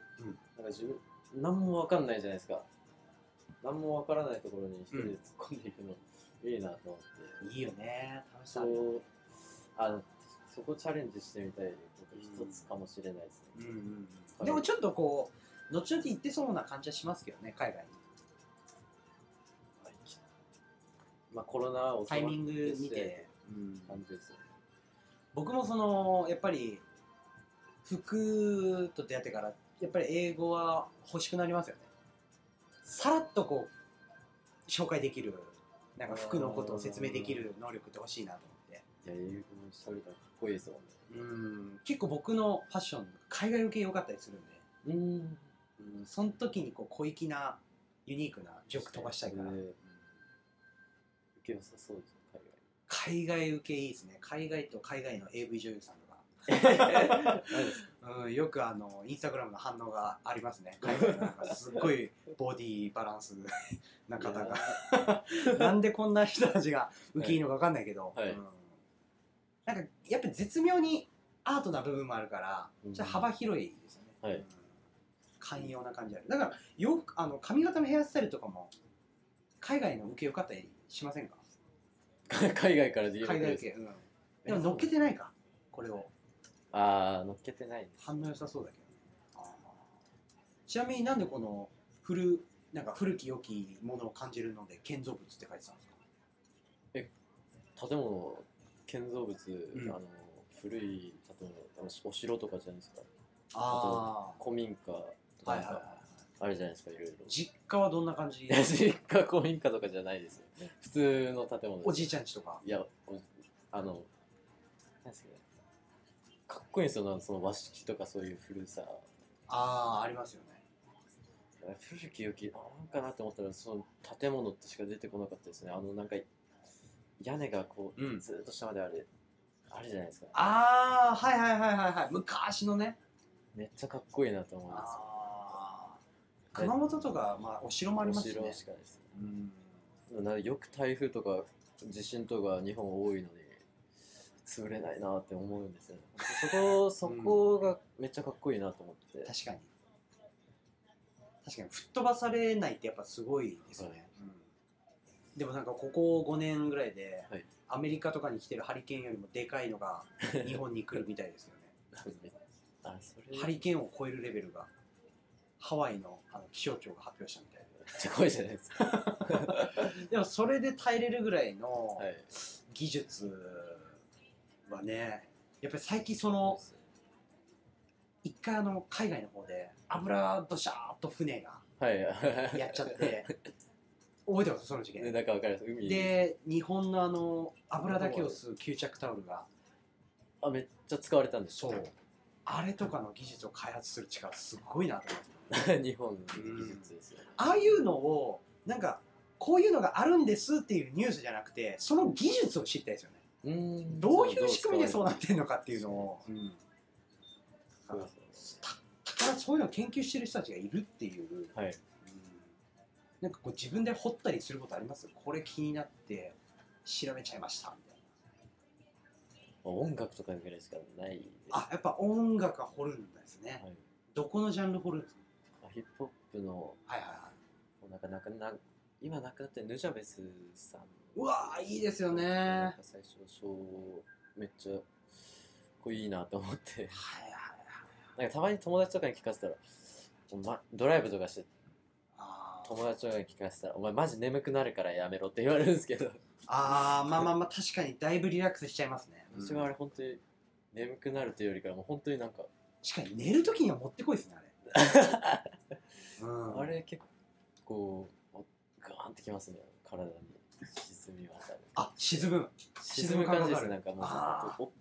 [SPEAKER 2] 自分、何もわかんないじゃないですか。何もわからないところに一人で突っ込んでいくの、いいなと思って。
[SPEAKER 1] いいよね楽し
[SPEAKER 2] そ
[SPEAKER 1] そう
[SPEAKER 2] うあのそこチャレンジしてみたいこと一つかもしれないですね、
[SPEAKER 1] んうんう
[SPEAKER 2] は
[SPEAKER 1] ん、
[SPEAKER 2] い
[SPEAKER 1] でもちょっとこう後々行ってそうな感じはしますけどね海外に
[SPEAKER 2] はいまあコロナを
[SPEAKER 1] タイミング見て、
[SPEAKER 2] 感じですよね
[SPEAKER 1] 僕もそのやっぱり服と出会ってからやっぱり英語は欲しくなりますよねさらっとこう紹介できるなんか服のことを説明できる能力って欲しいなと思って
[SPEAKER 2] いや英語もしゃべったらかっこいいですもんね
[SPEAKER 1] うん結構僕のファッション海外受け良かったりするんで
[SPEAKER 2] うん
[SPEAKER 1] うんその時にこう小粋なユニークなジョーク飛ばしたいから、
[SPEAKER 2] そう
[SPEAKER 1] う
[SPEAKER 2] です
[SPEAKER 1] ん
[SPEAKER 2] ね受けよさそうですよ
[SPEAKER 1] 海外受けいいですね海外と海外の AV 女優さんとか
[SPEAKER 2] 海外何ですか
[SPEAKER 1] うん、よくあのインスタグラムの反応がありますね、海外のなんかすっごいボディバランス な方が、 なんでこんな人たちが受けいいのか分かんないけど、
[SPEAKER 2] はい
[SPEAKER 1] うんなんかやっぱり絶妙にアートな部分もあるから、
[SPEAKER 2] うん
[SPEAKER 1] じゃ幅広いですよね、
[SPEAKER 2] はい
[SPEAKER 1] うん寛容な感じある、だから洋服あの髪型のヘアスタイルとかも、海外の受けよかったりしませんか、
[SPEAKER 2] か海外から自由
[SPEAKER 1] 海外受け、うん、でも乗っけてないか、これを。
[SPEAKER 2] ああ乗っけてない
[SPEAKER 1] 反応良さそうだけどねちなみになんでこの古なんか古き良きものを感じるので建造物って書いてたんですか
[SPEAKER 2] 建物建造物、
[SPEAKER 1] ん
[SPEAKER 2] あの古い建物あのお城とかじゃないですか
[SPEAKER 1] あ
[SPEAKER 2] 古民家と
[SPEAKER 1] は
[SPEAKER 2] か
[SPEAKER 1] いは
[SPEAKER 2] なん
[SPEAKER 1] い
[SPEAKER 2] か、
[SPEAKER 1] はい
[SPEAKER 2] あるじゃないですかいろいろ
[SPEAKER 1] 実家はどんな感じ
[SPEAKER 2] いや実家公民家とかじゃないですよ普通の建物です
[SPEAKER 1] おじいちゃんちとか
[SPEAKER 2] いやおあのなんですかねかっこいいんですよなんかその和式とかそういう古さ
[SPEAKER 1] ああありますよね
[SPEAKER 2] 古き良きあなんかなって思ったらその建物ってしか出てこなかったですねあのなんか屋根がこう、
[SPEAKER 1] うん
[SPEAKER 2] ずーっと下まであれあれじゃないですか
[SPEAKER 1] ああはいはいはいはいはい昔のね
[SPEAKER 2] めっちゃかっこいいなと思うんですよ
[SPEAKER 1] ああ熊本とか、まあ、お城もあり
[SPEAKER 2] お
[SPEAKER 1] ますし
[SPEAKER 2] 城
[SPEAKER 1] ね
[SPEAKER 2] しかないですね
[SPEAKER 1] うん
[SPEAKER 2] なよく台風とか地震とか日本多いのに潰れないなって思うんですよねそこそこがめっちゃかっこいいなと思って、
[SPEAKER 1] 確かに確かに吹っ飛ばされないってやっぱすごいですよね、うんでもなんかここ5年ぐらいで、
[SPEAKER 2] はい
[SPEAKER 1] アメリカとかに来てるハリケーンよりもでかいの が日本に来るみたいですよね
[SPEAKER 2] あそれ
[SPEAKER 1] ハリケーンを超えるレベルがハワイのあの気象庁が発表したみたいで
[SPEAKER 2] めっちゃ怖いじゃないですか
[SPEAKER 1] でもそれで耐えれるぐらいの
[SPEAKER 2] はい
[SPEAKER 1] 技術はねやっぱり最近その一回あの海外の方で油ドシャーっと船が
[SPEAKER 2] はい
[SPEAKER 1] やっちゃ って覚えてますその事
[SPEAKER 2] ね
[SPEAKER 1] 件
[SPEAKER 2] なんかわかります海
[SPEAKER 1] で日本のあの油だけを吸う吸着タオルが
[SPEAKER 2] あめっちゃ使われたんです
[SPEAKER 1] そうあれとかの技術を開発する力すごいなと思って
[SPEAKER 2] 日本の技術ですよ、
[SPEAKER 1] ああいうのをなんかこういうのがあるんですっていうニュースじゃなくてその技術を知りたいですよね
[SPEAKER 2] うーん
[SPEAKER 1] どういう仕組みでそうな
[SPEAKER 2] っ
[SPEAKER 1] ってんのかっていうのを、うん
[SPEAKER 2] た
[SPEAKER 1] だからそういうのを研究してる人たちがいるっていう
[SPEAKER 2] はい
[SPEAKER 1] なんかこう自分で掘ったりすることありますこれ気になって調べちゃいましたみたい
[SPEAKER 2] 音楽とかぐらいしかないです
[SPEAKER 1] なあやっぱ音楽は掘るんですね、
[SPEAKER 2] はい
[SPEAKER 1] どこのジャンル掘るんですか
[SPEAKER 2] まあヒップホップの
[SPEAKER 1] はいはいはい
[SPEAKER 2] なんかなくな今亡くなってるヌジャベスさん
[SPEAKER 1] うわーいいですよね
[SPEAKER 2] なんか最初そうめっちゃこれいいなと思って
[SPEAKER 1] はいはいはい
[SPEAKER 2] なんかたまに友達とかに聞かせたらお前ドライブとかして
[SPEAKER 1] あー
[SPEAKER 2] 友達とかに聞かせたら「お前マジ眠くなるからやめろ」って言われるんですけど
[SPEAKER 1] あーまあまあまあ確かにだいぶリラックスしちゃいますね、
[SPEAKER 2] 私はあれ本当に眠くなるというよりかはもう本当になんか、
[SPEAKER 1] 確かに寝るときにはもってこいですねあれ、うん、
[SPEAKER 2] あれ結構ガーンってきますね体に沈みますね
[SPEAKER 1] あ沈む
[SPEAKER 2] 沈む感じですなんかもう
[SPEAKER 1] あ
[SPEAKER 2] お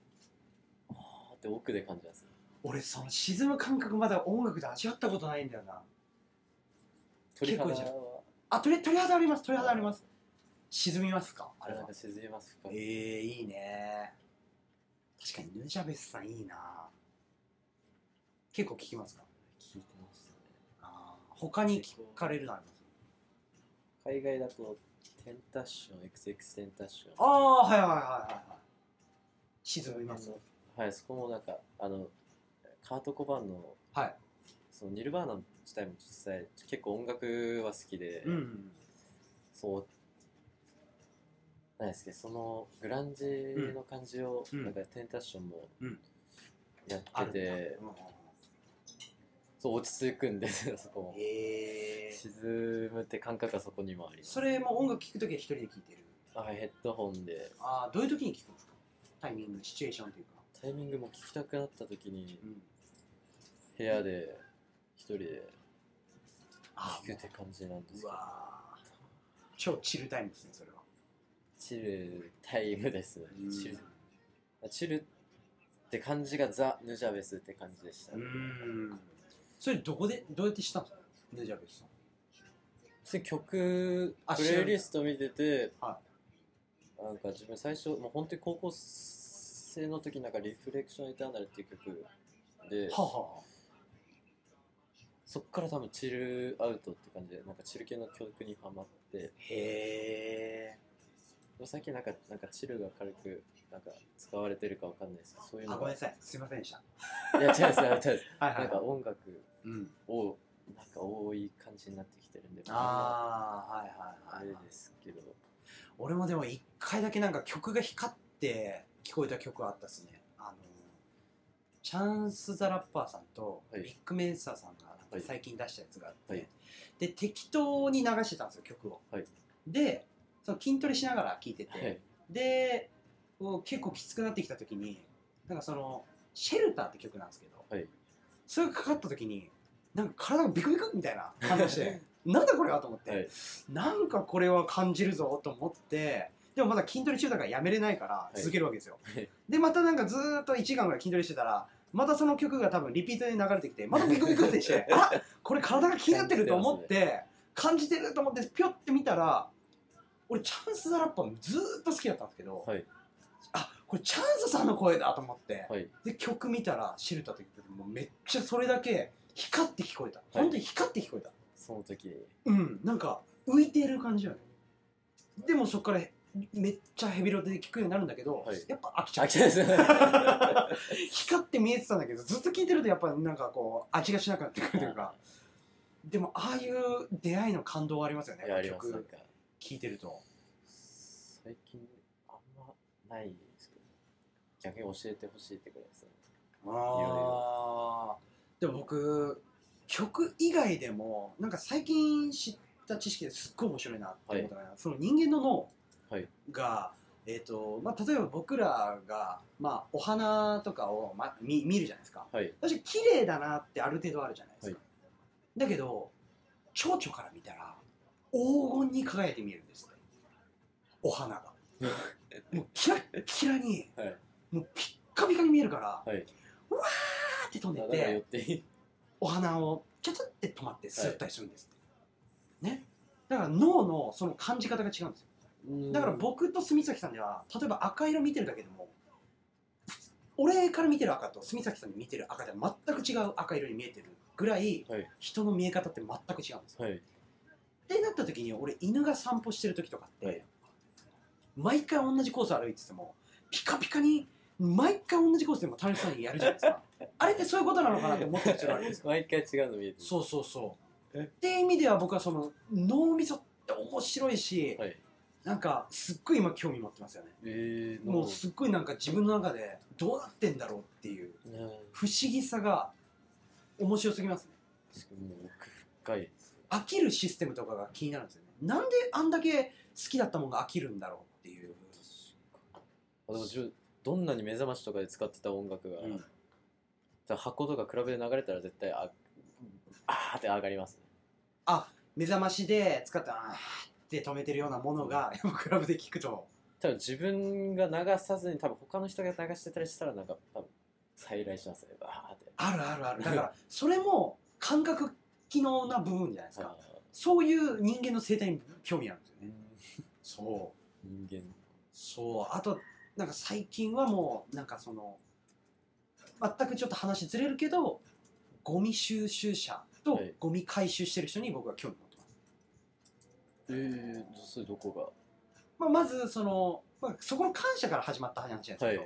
[SPEAKER 2] あーって奥で感じます
[SPEAKER 1] 俺その沈む感覚まだ音楽で味わったことないんだよな
[SPEAKER 2] 鳥肌
[SPEAKER 1] 結構じゃん
[SPEAKER 2] は
[SPEAKER 1] あ鳥鳥肌あります鳥肌あります沈みますか
[SPEAKER 2] あ
[SPEAKER 1] あれ
[SPEAKER 2] れなん
[SPEAKER 1] は
[SPEAKER 2] か沈みます深
[SPEAKER 1] え
[SPEAKER 2] く
[SPEAKER 1] ー、いいね確かにヌジャベスさんいいな結構聞きますか
[SPEAKER 2] 聞いてましたね
[SPEAKER 1] あー他に聞かれるのあります
[SPEAKER 2] 海外だとテンタッション XX テンタッション
[SPEAKER 1] ああはいはいはいはいはい沈みます
[SPEAKER 2] はいそこもなんかあのカート・コバンの
[SPEAKER 1] はい
[SPEAKER 2] そのニルバーナ自体も実際結構音楽は好きで、
[SPEAKER 1] うん
[SPEAKER 2] そうなんですけどそのグランジの感じを、
[SPEAKER 1] うん
[SPEAKER 2] なんかテンタッションも
[SPEAKER 1] うん
[SPEAKER 2] やっ
[SPEAKER 1] あ
[SPEAKER 2] てて、
[SPEAKER 1] うんうん
[SPEAKER 2] そう落ち着くんです よそこも
[SPEAKER 1] うん、えー、
[SPEAKER 2] 沈むって感覚はそこにもあります
[SPEAKER 1] それも音楽聴くときは一人で聴いてる
[SPEAKER 2] はいヘッドホンで
[SPEAKER 1] ああどういうときに聴くんですかタイミングシチュエーションというか、
[SPEAKER 2] タイミングも聞きたくなった時に
[SPEAKER 1] うん、
[SPEAKER 2] 部屋で一人で
[SPEAKER 1] あ
[SPEAKER 2] 聞くって感じなんですけ
[SPEAKER 1] う
[SPEAKER 2] ど
[SPEAKER 1] わー超チルタイムですねそれは
[SPEAKER 2] チルタイムですね
[SPEAKER 1] うん
[SPEAKER 2] チルチルって感じがザ・ヌジャベスって感じでした、
[SPEAKER 1] うーんそれどこでどうやってしたんですかヌジャベスさん
[SPEAKER 2] 普通に曲
[SPEAKER 1] あ
[SPEAKER 2] プレイリスト見てて、
[SPEAKER 1] は
[SPEAKER 2] なんか自分最初もう本当に高校生の時なんか「リフレクション・エターナル」っていう曲で
[SPEAKER 1] はあは
[SPEAKER 2] そっから多分チルアウトって感じでなんかチル系の曲にハマって
[SPEAKER 1] へえ
[SPEAKER 2] 最近なんかなんかチルが軽くなんか使われてるかわかんないですけどそういう
[SPEAKER 1] あ
[SPEAKER 2] の
[SPEAKER 1] ごめん
[SPEAKER 2] が
[SPEAKER 1] ないさいすいませんでした
[SPEAKER 2] や違います違います違います
[SPEAKER 1] はい
[SPEAKER 2] なんか音楽
[SPEAKER 1] うん、
[SPEAKER 2] をなんか多い感じになってきてるんで
[SPEAKER 1] ああはい
[SPEAKER 2] あ
[SPEAKER 1] はいはい、
[SPEAKER 2] れで
[SPEAKER 1] はい、
[SPEAKER 2] すけど
[SPEAKER 1] 俺もでも一回だけなんか曲が光って聞こえた曲があったですねあのチャンス・ザ・ラッパーさんと
[SPEAKER 2] はい
[SPEAKER 1] ビッグ・メンサーさんがなん
[SPEAKER 2] はい
[SPEAKER 1] か最近出したやつがあって、
[SPEAKER 2] はい
[SPEAKER 1] で適当に流してたんですよ曲を、
[SPEAKER 2] はい
[SPEAKER 1] でその筋トレしながら聴いてて、
[SPEAKER 2] はい
[SPEAKER 1] でこう結構きつくなってきた時になんかその「シェルター」って曲なんですけど、
[SPEAKER 2] はい
[SPEAKER 1] それがかかった時になんか体がビクビクみたいな感じして なんだこれはと思って、
[SPEAKER 2] はい
[SPEAKER 1] なんかこれは感じるぞと思ってでもまだ筋トレ中だからやめれないから
[SPEAKER 2] い
[SPEAKER 1] 続けるわけですよ、
[SPEAKER 2] はい
[SPEAKER 1] でまたなんかずーっと1時間ぐらい筋トレしてたらまたその曲が多分リピートで流れてきてまたビクビクってして あこれ体が気になってると思って感じてると思ってぴょって見たら俺チャンス・ザ・ラッパーずーっと好きだったんですけど、
[SPEAKER 2] はい
[SPEAKER 1] あこれチャンスさんの声だと思って、
[SPEAKER 2] はい
[SPEAKER 1] で曲見たらシルタという曲でもうめっちゃそれだけ光って聞こえた、
[SPEAKER 2] い
[SPEAKER 1] 本当に光って聞こえた
[SPEAKER 2] その時
[SPEAKER 1] うんなんか浮いてる感じよねでもそこからめっちゃヘビロテで聞くようになるんだけど、
[SPEAKER 2] はい
[SPEAKER 1] やっぱ飽きちゃう
[SPEAKER 2] 飽きたですね
[SPEAKER 1] 光って見えてたんだけどずっと聞いてるとやっぱなんかこう味がしなくなってくるというかでもああいう出会いの感動はありますよね
[SPEAKER 2] いやありますなん
[SPEAKER 1] 曲
[SPEAKER 2] か
[SPEAKER 1] 聴いてると
[SPEAKER 2] 最近あんまないですけど逆に教えてほしいってくらいですね
[SPEAKER 1] ああでも僕曲以外でもなんか最近知った知識ですっごい面白いなって思ったのが、その人間の
[SPEAKER 2] は
[SPEAKER 1] 脳
[SPEAKER 2] い
[SPEAKER 1] が、えーとまあ、例えば僕らが、まあ、お花とかを、ま、見見るじゃないですか
[SPEAKER 2] はい
[SPEAKER 1] 確かに綺麗だなってある程度あるじゃないですか、
[SPEAKER 2] は
[SPEAKER 1] だけど蝶々から見たら黄金に輝いて見えるんですってお花がもうキラッキラに、
[SPEAKER 2] はい
[SPEAKER 1] もうピッカピカに見えるから、
[SPEAKER 2] はい、
[SPEAKER 1] うわーって飛んで
[SPEAKER 2] だ
[SPEAKER 1] っ
[SPEAKER 2] から寄
[SPEAKER 1] て
[SPEAKER 2] っていい
[SPEAKER 1] お花をちょちょって止まって吸ったりするんですって、ねだから脳のその感じ方が違うんですよだから僕と住崎さんでは例えば赤色見てるだけでも俺から見てる赤と住崎さんに見てる赤では全く違う赤色に見えてるぐらい
[SPEAKER 2] はい
[SPEAKER 1] 人の見え方って全く違うんですよ
[SPEAKER 2] はい
[SPEAKER 1] ってなった時に俺犬が散歩してる時とかって、
[SPEAKER 2] はい
[SPEAKER 1] 毎回同じコース歩いててもピカピカに毎回同じコースでも楽しそうにやるじゃないで すかあれってそういうことなのかなって思ったりするわけですよ
[SPEAKER 2] 毎回違うの見えてる
[SPEAKER 1] そうそうそう
[SPEAKER 2] え
[SPEAKER 1] っていう意味では僕はその脳みそって面白いし、
[SPEAKER 2] はい
[SPEAKER 1] なんかすっごい今興味持ってますよね
[SPEAKER 2] えー、
[SPEAKER 1] もうすっごいなんか自分の中でどうなってんだろうっていう
[SPEAKER 2] ね
[SPEAKER 1] 不思議さが面白すぎますね
[SPEAKER 2] 確かにもう奥深いですね
[SPEAKER 1] 飽きるシステムとかが気になるんですよねなんであんだけ好きだったものが飽きるんだろうっていう、
[SPEAKER 2] 確かにあでも自分どんなに目覚ましとかで使ってた音楽が、だから箱とか比べで流れたら絶対ああーって上がりますね
[SPEAKER 1] 目覚ましで使ったあーって止めてるようなものがやっぱクラブで聞くと
[SPEAKER 2] 多分自分が流さずに多分他の人が流してたりしたらなんか多分再来しますねバーって
[SPEAKER 1] あるあるあるだ からそれも感覚機能な部分じゃないですか、
[SPEAKER 2] あ
[SPEAKER 1] そういう人間の生態に興味あるんですよ
[SPEAKER 2] ー
[SPEAKER 1] ねそう
[SPEAKER 2] 人間
[SPEAKER 1] そうあとなんか最近はもうなんかその全くちょっと話ずれるけどゴミ収集者と
[SPEAKER 2] はい
[SPEAKER 1] ゴミ回収してる人に僕は興味持ってます、
[SPEAKER 2] えー、それどこ
[SPEAKER 1] まあ、まずその、まあ、そこの感謝から始まった話なんですけど、
[SPEAKER 2] はい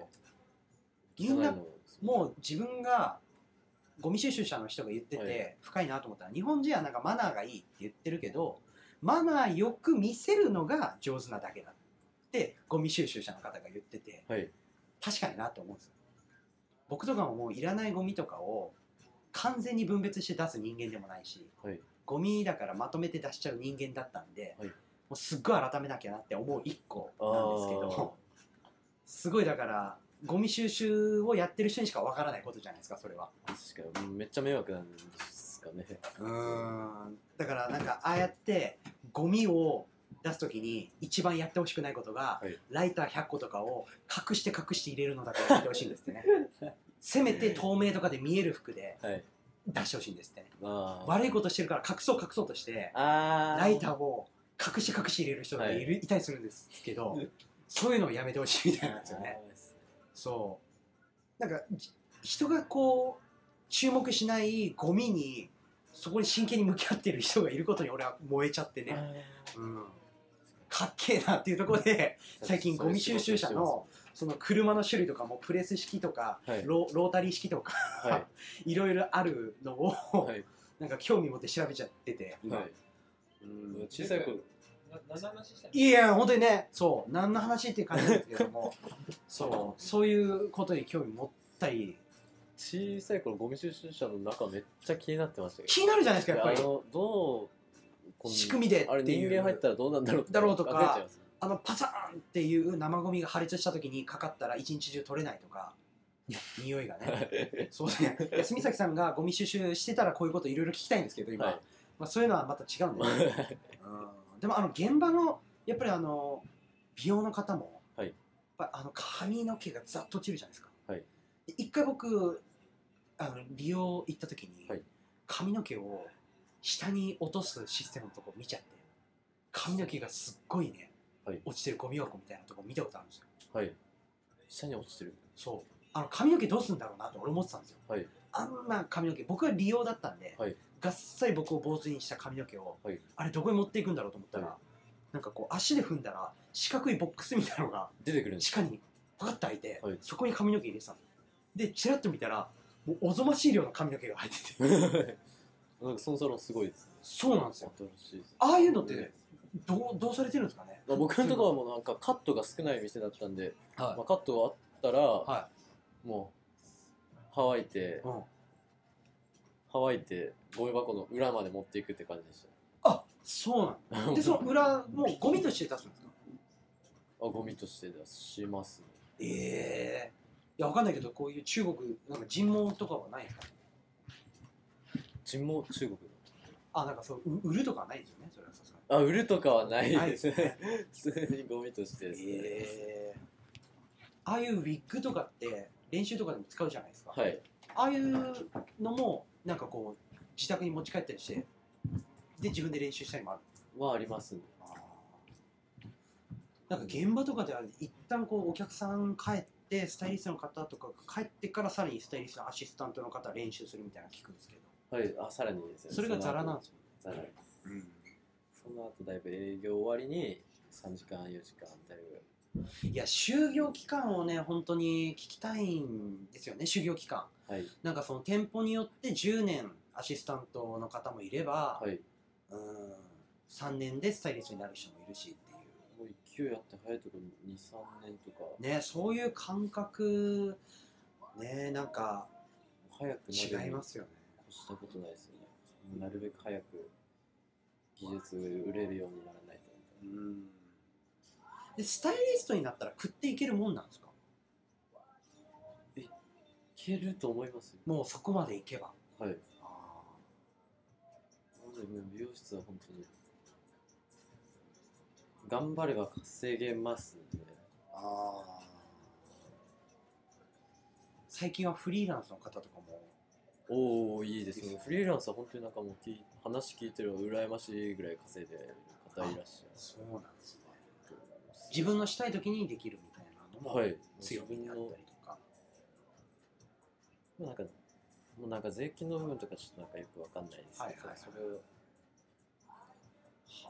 [SPEAKER 2] が
[SPEAKER 1] みんな
[SPEAKER 2] 汚いの
[SPEAKER 1] もう自分がゴミ収集者の人が言って
[SPEAKER 2] は
[SPEAKER 1] て
[SPEAKER 2] い
[SPEAKER 1] 深いなと思ったら日本人はなんかマナーがいいって言ってるけどマナーよく見せるのが上手なだけだってゴミ収集者の方が言ってて
[SPEAKER 2] はい
[SPEAKER 1] 確かになと思うんですよ僕とかももういらないゴミとかを完全に分別して出す人間でもないし
[SPEAKER 2] はい
[SPEAKER 1] ゴミだからまとめて出しちゃう人間だったんで、
[SPEAKER 2] はい
[SPEAKER 1] もうすっごい改めなきゃなって思う一個なんですけどすごいだからゴミ収集をやってる人にしかわからないことじゃないですかそれは
[SPEAKER 2] 確かにめっちゃ迷惑なんですかね
[SPEAKER 1] うんだからなんかああやってゴミを出す時に一番やってほしくないことが、
[SPEAKER 2] はい
[SPEAKER 1] ライター100個とかを隠して隠して入れるのだからやってほしいんですって ねせめて透明とかで見える服で
[SPEAKER 2] はい
[SPEAKER 1] 出してほしいんですってね
[SPEAKER 2] まあ
[SPEAKER 1] 悪いことしてるから隠そう隠そうとして
[SPEAKER 2] あー
[SPEAKER 1] ライターを隠し隠し入れる人がいる、い、たりするんですけどそういうのをやめてほしいみたいなんですよね
[SPEAKER 2] あーです
[SPEAKER 1] そうなんかじ人がこう注目しないゴミにそこに真剣に向き合ってる人がいることに俺は燃えちゃってね、
[SPEAKER 2] ね
[SPEAKER 1] うん、かっけえなっていうところで最近ゴミ収集車のその車の種類とかもプレス式とか
[SPEAKER 2] はい
[SPEAKER 1] ロロータリー式とか
[SPEAKER 2] はい
[SPEAKER 1] いろいろあるのを
[SPEAKER 2] はい
[SPEAKER 1] なんか興味持って調べちゃってて今、
[SPEAKER 2] はい
[SPEAKER 1] うん
[SPEAKER 2] 小さい頃
[SPEAKER 3] な何の話したの
[SPEAKER 1] いや本当にねそう何の話っていう感じなんですけども そうそういうことに興味持ったり
[SPEAKER 2] 小さい頃ゴミ収集車の中めっちゃ気になってましたけ
[SPEAKER 1] 気になるじゃないですか
[SPEAKER 2] ど
[SPEAKER 1] やっぱり
[SPEAKER 2] あのどうこの
[SPEAKER 1] 仕組みで
[SPEAKER 2] あれ
[SPEAKER 1] ってい
[SPEAKER 2] 人
[SPEAKER 1] う
[SPEAKER 2] 間入ったらどうなんだろう
[SPEAKER 1] だろうとか
[SPEAKER 2] 考えちゃいます
[SPEAKER 1] あのパサーンっていう生ゴミが破裂した時にかかったら一日中取れないと か匂いがねそうですねいや住崎さんがゴミ収集してたらこういうこといろいろ聞きたいんですけど今、
[SPEAKER 2] はい
[SPEAKER 1] まあ、そういうのはまた違うんで、ね、 うんでもあの現場のやっぱりあの美容の方も、
[SPEAKER 2] はい
[SPEAKER 1] やっぱあの髪の毛がざっと落ちるじゃないですか、
[SPEAKER 2] はい
[SPEAKER 1] で一回僕あの美容行った時に、
[SPEAKER 2] はい
[SPEAKER 1] 髪の毛を下に落とすシステムのとこ見ちゃって髪の毛がすっごいね、
[SPEAKER 2] はい
[SPEAKER 1] 落ちてるゴミ箱みたいなとこ見たことあるんですよ
[SPEAKER 2] はい下に落ちてる
[SPEAKER 1] そうあの髪の毛どうするんだろうなって俺思ってたんですよ、
[SPEAKER 2] はい
[SPEAKER 1] あんな髪の毛僕は利用だったんで、
[SPEAKER 2] はい
[SPEAKER 1] がっさり僕を坊主にした髪の毛を、
[SPEAKER 2] はい
[SPEAKER 1] あれどこに持っていくんだろうと思ったら、
[SPEAKER 2] は
[SPEAKER 1] なんかこう足で踏んだら四角いボックスみたいなのが
[SPEAKER 2] 出てくるんで
[SPEAKER 1] 地
[SPEAKER 2] す
[SPEAKER 1] 下にパカッと開いて、
[SPEAKER 2] はい
[SPEAKER 1] そこに髪の毛入れてたのでチラッと見たらもうおぞましい量の髪の毛が入ってて
[SPEAKER 2] なんかそのサロンすごいです
[SPEAKER 1] そうなんですよ
[SPEAKER 2] 新しいです
[SPEAKER 1] ああいうのって、
[SPEAKER 2] ね
[SPEAKER 1] どうどうされてるんですかね
[SPEAKER 2] まあ僕のところはもうなんかカットが少ない店だったんで、
[SPEAKER 1] は
[SPEAKER 2] まあ、カットがあったら、
[SPEAKER 1] い、は
[SPEAKER 2] もう乾いて
[SPEAKER 1] いうん、
[SPEAKER 2] 乾いてゴミ箱の裏まで持っていくって感じでし
[SPEAKER 1] あそうなん
[SPEAKER 2] た
[SPEAKER 1] だでその裏もうゴミとして出すんですか
[SPEAKER 2] あゴミとして出しますね
[SPEAKER 1] ええいやわかんないけどこういう中国なんか尋問とかはないんですか
[SPEAKER 2] 人も中国
[SPEAKER 1] あなんかそうう売るとかはないんですよねそれはさすがに
[SPEAKER 2] あ売るとかはない
[SPEAKER 1] ない
[SPEAKER 2] で
[SPEAKER 1] ですす
[SPEAKER 2] ね
[SPEAKER 1] ね
[SPEAKER 2] 普通にゴミとしてですね、
[SPEAKER 1] ええああいうウィッグとかって練習とかでも使うじゃないですか、
[SPEAKER 2] はい
[SPEAKER 1] ああいうのもなんかこう自宅に持ち帰ったりしてで自分で練習したりもある
[SPEAKER 2] はありますね
[SPEAKER 1] なんか現場とかでは一旦こうお客さん帰ってスタイリストの方とかが帰ってからさらにスタイリストのアシスタントの方は練習するみたいなの聞くんですけど
[SPEAKER 2] はいあさらにですね
[SPEAKER 1] それがザラなんです
[SPEAKER 2] ザラです
[SPEAKER 1] もんね、
[SPEAKER 2] その後だいぶ営業終わりに3時間4時間だいぶ
[SPEAKER 1] いや就業期間をね本当に聞きたいんですよね就業期間
[SPEAKER 2] はい
[SPEAKER 1] なんかその店舗によって10年アシスタントの方もいれば、
[SPEAKER 2] はい
[SPEAKER 1] うん3年でスタイリストになる人もいるしっていう
[SPEAKER 2] もう勢いあって早いところ23年とか
[SPEAKER 1] ね、そういう感覚、ね、なんか
[SPEAKER 2] 早くな
[SPEAKER 1] 違い
[SPEAKER 2] るに
[SPEAKER 1] ますよね。
[SPEAKER 2] 越したことないですよねなるべく早く技術売れるようにならないと
[SPEAKER 1] うんでスタイリストになったら食っていけるもんなんですか
[SPEAKER 2] いけると思いますよ
[SPEAKER 1] もうそこまでいけば。
[SPEAKER 2] はいなのでもう美容室は本当に頑張れば稼げますんで
[SPEAKER 1] あ最近はフリーランスの方とかも、
[SPEAKER 2] おおいいですねフリーランスは本当になんかもう聞い話聞いてるの羨ましいぐらい稼いでる方いらっしゃる
[SPEAKER 1] そうなんですね。自分のしたい時にできるみたいなのも
[SPEAKER 2] はい
[SPEAKER 1] 強みであったりとか。
[SPEAKER 2] もうなんか、もうなんか税金の部分とかちょっとなんかよくわかんないです
[SPEAKER 1] はい
[SPEAKER 2] け
[SPEAKER 1] はいは
[SPEAKER 2] ど、
[SPEAKER 1] い
[SPEAKER 2] それを、
[SPEAKER 1] は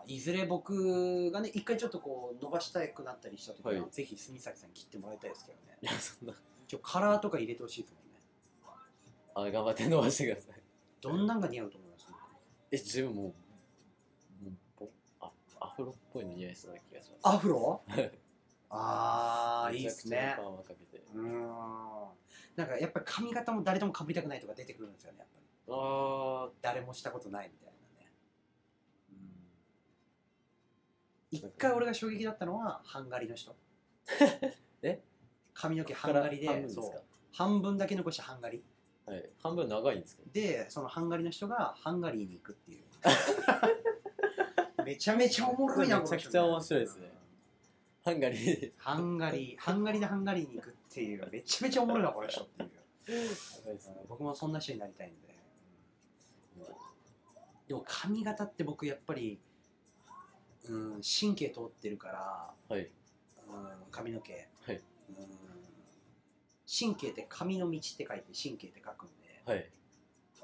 [SPEAKER 1] あいずれ僕がね、一回ちょっとこう伸ばしたくなったりした時は、
[SPEAKER 2] はい
[SPEAKER 1] ぜひ住崎さんに切ってもらいたいですけどね。
[SPEAKER 2] いや、そんな、
[SPEAKER 1] ちょカラーとか入れてほしいですもんね。
[SPEAKER 2] あ、頑張って伸ばしてください。
[SPEAKER 1] どんなんが似合うと思います
[SPEAKER 2] え、自分もう、もうぼあ、アフロっぽいの似合いそうな気がします。
[SPEAKER 1] アフロああ、いいです
[SPEAKER 2] めちゃ
[SPEAKER 1] ね
[SPEAKER 2] くちゃ。パーマかけて。
[SPEAKER 1] うーん。なんかやっぱり髪型も誰とも被りたくないとか出てくるんですよね、やっぱり。
[SPEAKER 2] あ
[SPEAKER 1] 誰もしたことないみたいなね。うん一回俺が衝撃だったのは、ハンガリの人。
[SPEAKER 2] え
[SPEAKER 1] 髪の毛
[SPEAKER 2] ー、
[SPEAKER 1] ハンガリ
[SPEAKER 2] 半分
[SPEAKER 1] で、
[SPEAKER 2] です
[SPEAKER 1] そう
[SPEAKER 2] か。
[SPEAKER 1] 半分だけ残したハンガリ。
[SPEAKER 2] はい。半分長いんですけど。
[SPEAKER 1] で、そのハンガリの人がハンガリーに行く っていう。めちゃめちゃおもろいな、
[SPEAKER 2] めちゃくちゃ面白いですねハンガリー、
[SPEAKER 1] ハンガリー、ハンガリーでハンガリーに行くっていう、めちゃめちゃおもろいな、この人っていう。
[SPEAKER 2] 長いですね。
[SPEAKER 1] 僕もそんな人になりたいんで。
[SPEAKER 2] まあ
[SPEAKER 1] でも髪型って僕やっぱり、うん、神経通ってるから、
[SPEAKER 2] はい。
[SPEAKER 1] うん、髪の毛、
[SPEAKER 2] はい
[SPEAKER 1] うん。神経って髪の道って書いて神経って書くんで、
[SPEAKER 2] はい。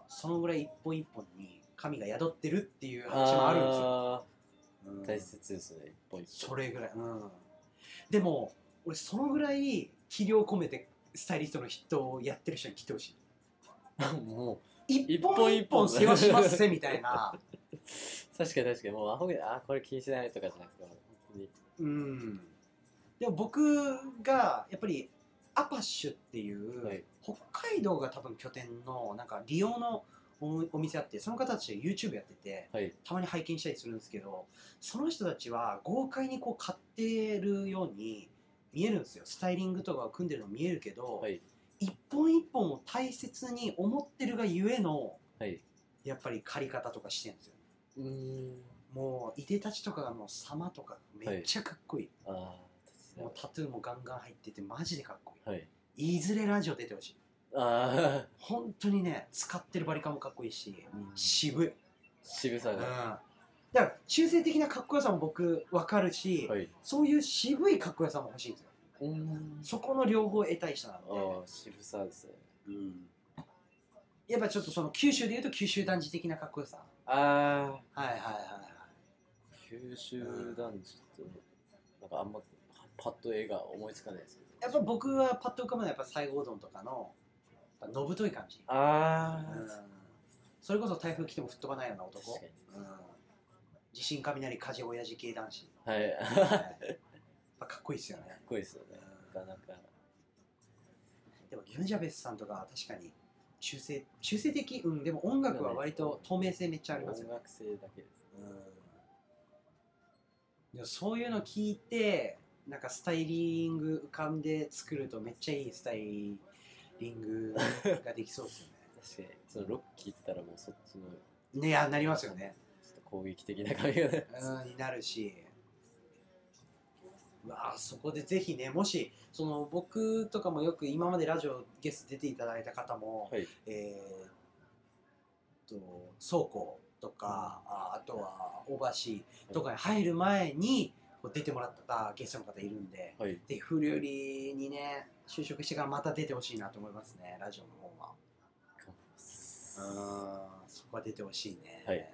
[SPEAKER 1] そのぐらい一本一本に髪が宿ってるっていう話もあるんですよ。うん
[SPEAKER 2] ー大切ですね、一本一
[SPEAKER 1] そ
[SPEAKER 2] 本。
[SPEAKER 1] れぐらい。うん。でも、俺そのぐらい気量込めてスタイリストの人をやってる人に来てほしい。
[SPEAKER 2] もう、
[SPEAKER 1] 一本一本世話しますせみたいな。
[SPEAKER 2] 確かに確かに、もうアホで、あー、これ気にしないとかじゃなくて、もう本当に。
[SPEAKER 1] うん。でも僕がやっぱりアパッシュっていう、
[SPEAKER 2] はい
[SPEAKER 1] 北海道が多分拠点のなんか利用のおお店あってその方たちで YouTube やってて
[SPEAKER 2] はい。
[SPEAKER 1] たまに拝見したりするんですけどその人たちは豪快にこう買ってるように見えるんですよスタイリングとかを組んでるの見えるけど、
[SPEAKER 2] はい。
[SPEAKER 1] 一本一本を大切に思ってるがゆえの
[SPEAKER 2] はい。
[SPEAKER 1] やっぱり借り方とかしてるんですよ
[SPEAKER 2] うーん。
[SPEAKER 1] もういでたちとかがもう様とかめっちゃかっこいい、
[SPEAKER 2] ああ、
[SPEAKER 1] もうタトゥーもガンガン入っててマジでかっこい
[SPEAKER 2] はい。
[SPEAKER 1] いいずれラジオ出てほしい
[SPEAKER 2] あ
[SPEAKER 1] 本当にね使ってるバリカンもかっこいいし
[SPEAKER 2] あ、
[SPEAKER 1] 渋い、うん、
[SPEAKER 2] 渋さ
[SPEAKER 1] だ
[SPEAKER 2] が。
[SPEAKER 1] から中性的なかっこよさも僕わかるし、
[SPEAKER 2] はい。
[SPEAKER 1] そういう渋いかっこよさも欲しいんですよ
[SPEAKER 2] うん。
[SPEAKER 1] そこの両方を得たい人な
[SPEAKER 2] あ
[SPEAKER 1] の
[SPEAKER 2] あ、渋さですね。
[SPEAKER 1] で、うんやっぱちょっとその九州でいうと九州男児的なかっこよさ
[SPEAKER 2] ああ
[SPEAKER 1] はいはいはい
[SPEAKER 2] 九州男児ってなんかあんまパッと映画思いつかないですけど
[SPEAKER 1] やっぱ僕はパッと浮かぶのはやっぱ西郷どんとかのやっぱのぶとい感じ、
[SPEAKER 2] あ
[SPEAKER 1] う
[SPEAKER 2] あ、
[SPEAKER 1] ん、それこそ台風来ても吹っ飛ばないような男
[SPEAKER 2] 確かに
[SPEAKER 1] うん、地震雷火事親父系男子、
[SPEAKER 2] はい
[SPEAKER 1] はい
[SPEAKER 2] か
[SPEAKER 1] や
[SPEAKER 2] っ
[SPEAKER 1] っぱかっこいいっすよね
[SPEAKER 2] こいいですよね
[SPEAKER 1] うん
[SPEAKER 2] なかなか
[SPEAKER 1] でもギュンジャベスさんとかは確かに中性中性的うんでも音楽は割と透明性めっちゃありますよ
[SPEAKER 2] 音
[SPEAKER 1] ね、
[SPEAKER 2] 楽性だけです
[SPEAKER 1] うん、でもそういうの聞いてなんかスタイリング浮かんで作るとめっちゃいいスタイリングができそうですよ
[SPEAKER 2] 確かにそのロッキーって言ったらもうそっちの
[SPEAKER 1] ねねいやなりますよね
[SPEAKER 2] ちょっと攻撃的な感じがね
[SPEAKER 1] うんになるしうわあそこでぜひねもしその僕とかもよく今までラジオゲスト出ていただいた方も、
[SPEAKER 2] はい
[SPEAKER 1] えー、っと倉庫とか、ああとは大橋とかに入る前にこう出てもらったゲストの方いるんで、
[SPEAKER 2] はい
[SPEAKER 1] ぜひ風流りにね就職してからまた出てほしいなと思いますねラジオの方は。うんそこは出てほしいね、
[SPEAKER 2] はい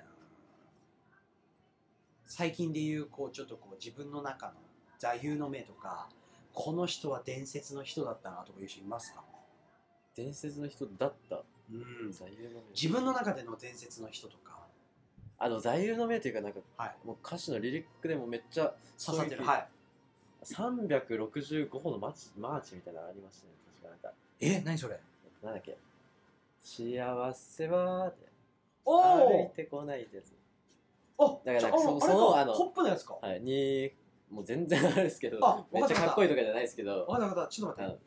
[SPEAKER 1] 最近でいうこうちょっとこう自分の中の座右の銘とかこの人は伝説の人だったなとかいう人いますか、
[SPEAKER 2] 伝説の人だった
[SPEAKER 1] うん、
[SPEAKER 2] 座右の銘
[SPEAKER 1] 自分の中での伝説の人とか、
[SPEAKER 2] あの座右の銘というかなんか
[SPEAKER 1] はい、
[SPEAKER 2] もう歌詞のリリックでもめっちゃ
[SPEAKER 1] 刺さってる
[SPEAKER 2] 衝撃
[SPEAKER 1] はい
[SPEAKER 2] 365歩のマーチマーチみたいなのありましたね確かなんか
[SPEAKER 1] え何それ
[SPEAKER 2] なんだっけ幸せはって
[SPEAKER 1] お
[SPEAKER 2] 歩いてこないってやつ
[SPEAKER 1] お
[SPEAKER 2] だから
[SPEAKER 1] じゃあ
[SPEAKER 2] そ
[SPEAKER 1] あ
[SPEAKER 2] そ
[SPEAKER 1] あれ
[SPEAKER 2] の
[SPEAKER 1] か
[SPEAKER 2] あの
[SPEAKER 1] ホップのやつか、
[SPEAKER 2] はいにもう全然あれですけど
[SPEAKER 1] あ
[SPEAKER 2] めっち
[SPEAKER 1] わかっ
[SPEAKER 2] ゃ
[SPEAKER 1] た
[SPEAKER 2] かっこいいとかじゃないですけ
[SPEAKER 1] わ
[SPEAKER 2] ど
[SPEAKER 1] かったわかったちょっと待って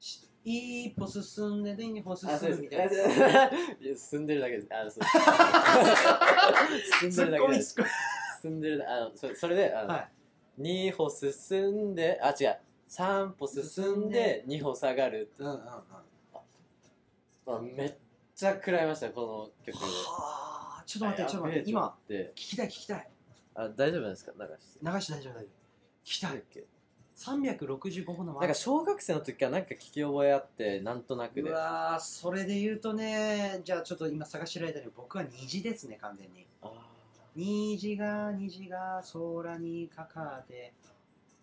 [SPEAKER 2] う
[SPEAKER 1] し一歩進んで二歩進
[SPEAKER 2] あそう
[SPEAKER 1] む
[SPEAKER 2] です
[SPEAKER 1] みたいな
[SPEAKER 2] あいや進んでるだけですあそう 進ん
[SPEAKER 1] ツ
[SPEAKER 2] でる
[SPEAKER 1] ッ
[SPEAKER 2] だ
[SPEAKER 1] コ
[SPEAKER 2] け
[SPEAKER 1] ミ
[SPEAKER 2] で
[SPEAKER 1] ツ
[SPEAKER 2] す
[SPEAKER 1] ッコミ
[SPEAKER 2] 進んでるだあのそれそれであの、
[SPEAKER 1] はい
[SPEAKER 2] 2歩進んであ違う3歩進んで2歩下がる
[SPEAKER 1] うんうんうんは
[SPEAKER 2] あめっちゃ食らいましたこの曲
[SPEAKER 1] あちょっと待ってちょっと待って今
[SPEAKER 2] で
[SPEAKER 1] 聞きたい聞きたい
[SPEAKER 2] あ大丈夫なんですか流して
[SPEAKER 1] 流して大丈夫大丈夫聞きた
[SPEAKER 2] なん
[SPEAKER 1] い
[SPEAKER 2] だっけ
[SPEAKER 1] 365歩の
[SPEAKER 2] なんか小学生の時からなんか聞き覚えあってなんとなく
[SPEAKER 1] う
[SPEAKER 2] であ
[SPEAKER 1] わーそれで言うとねじゃあちょっと今探してる間に僕は虹ですね完全に
[SPEAKER 2] ー
[SPEAKER 1] 虹が虹が空にかかって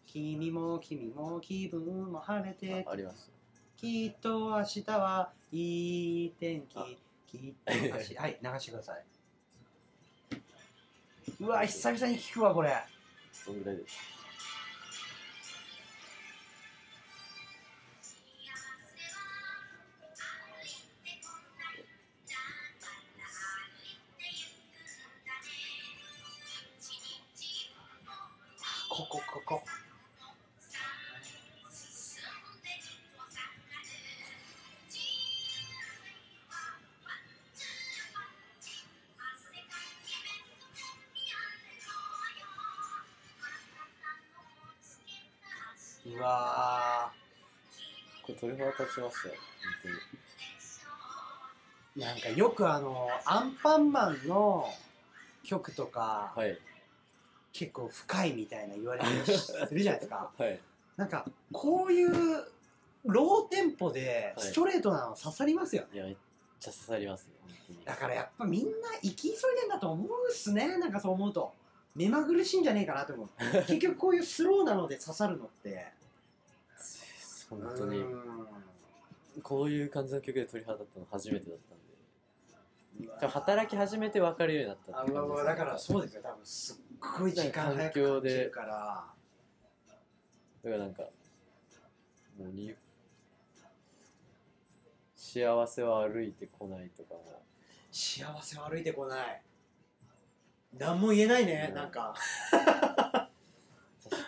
[SPEAKER 1] 君も君も気分も晴れて
[SPEAKER 2] ああります
[SPEAKER 1] きっと明日はいい天気
[SPEAKER 2] あ
[SPEAKER 1] きっと明日はい流してくださいうわ久々に聞くわこれ
[SPEAKER 2] そんぐらいです
[SPEAKER 1] ここここうわ
[SPEAKER 2] これ鳥肌立ちましたよ本
[SPEAKER 1] ーなんかよくあのアンパンマンの曲とか、
[SPEAKER 2] 当にはい
[SPEAKER 1] 結構深いみたいな言われ方するじゃないですか
[SPEAKER 2] はい
[SPEAKER 1] なんかこういうローテンポでストレートなの刺さりますよね、
[SPEAKER 2] いやめっちゃ刺さりますね本当に
[SPEAKER 1] だからやっぱみんな生き急いでんだと思うっすねなんかそう思うと目まぐるしいんじゃねえかな と思う結局こういうスローなので刺さるのって
[SPEAKER 2] 本当に
[SPEAKER 1] うん
[SPEAKER 2] こういう感じの曲で鳥肌立ったの初めてだったんで
[SPEAKER 1] うわ
[SPEAKER 2] でも働き始めて分かるようになった
[SPEAKER 1] あ
[SPEAKER 2] って
[SPEAKER 1] うわう
[SPEAKER 2] 感じ
[SPEAKER 1] わ
[SPEAKER 2] です
[SPEAKER 1] だからそうですよ多分すっごい時間早く感じるから
[SPEAKER 2] だからなんか、もうに、幸せは歩いてこないとかも、
[SPEAKER 1] 幸せは歩いてこない何も言えないね、
[SPEAKER 2] うん
[SPEAKER 1] なんか
[SPEAKER 2] 確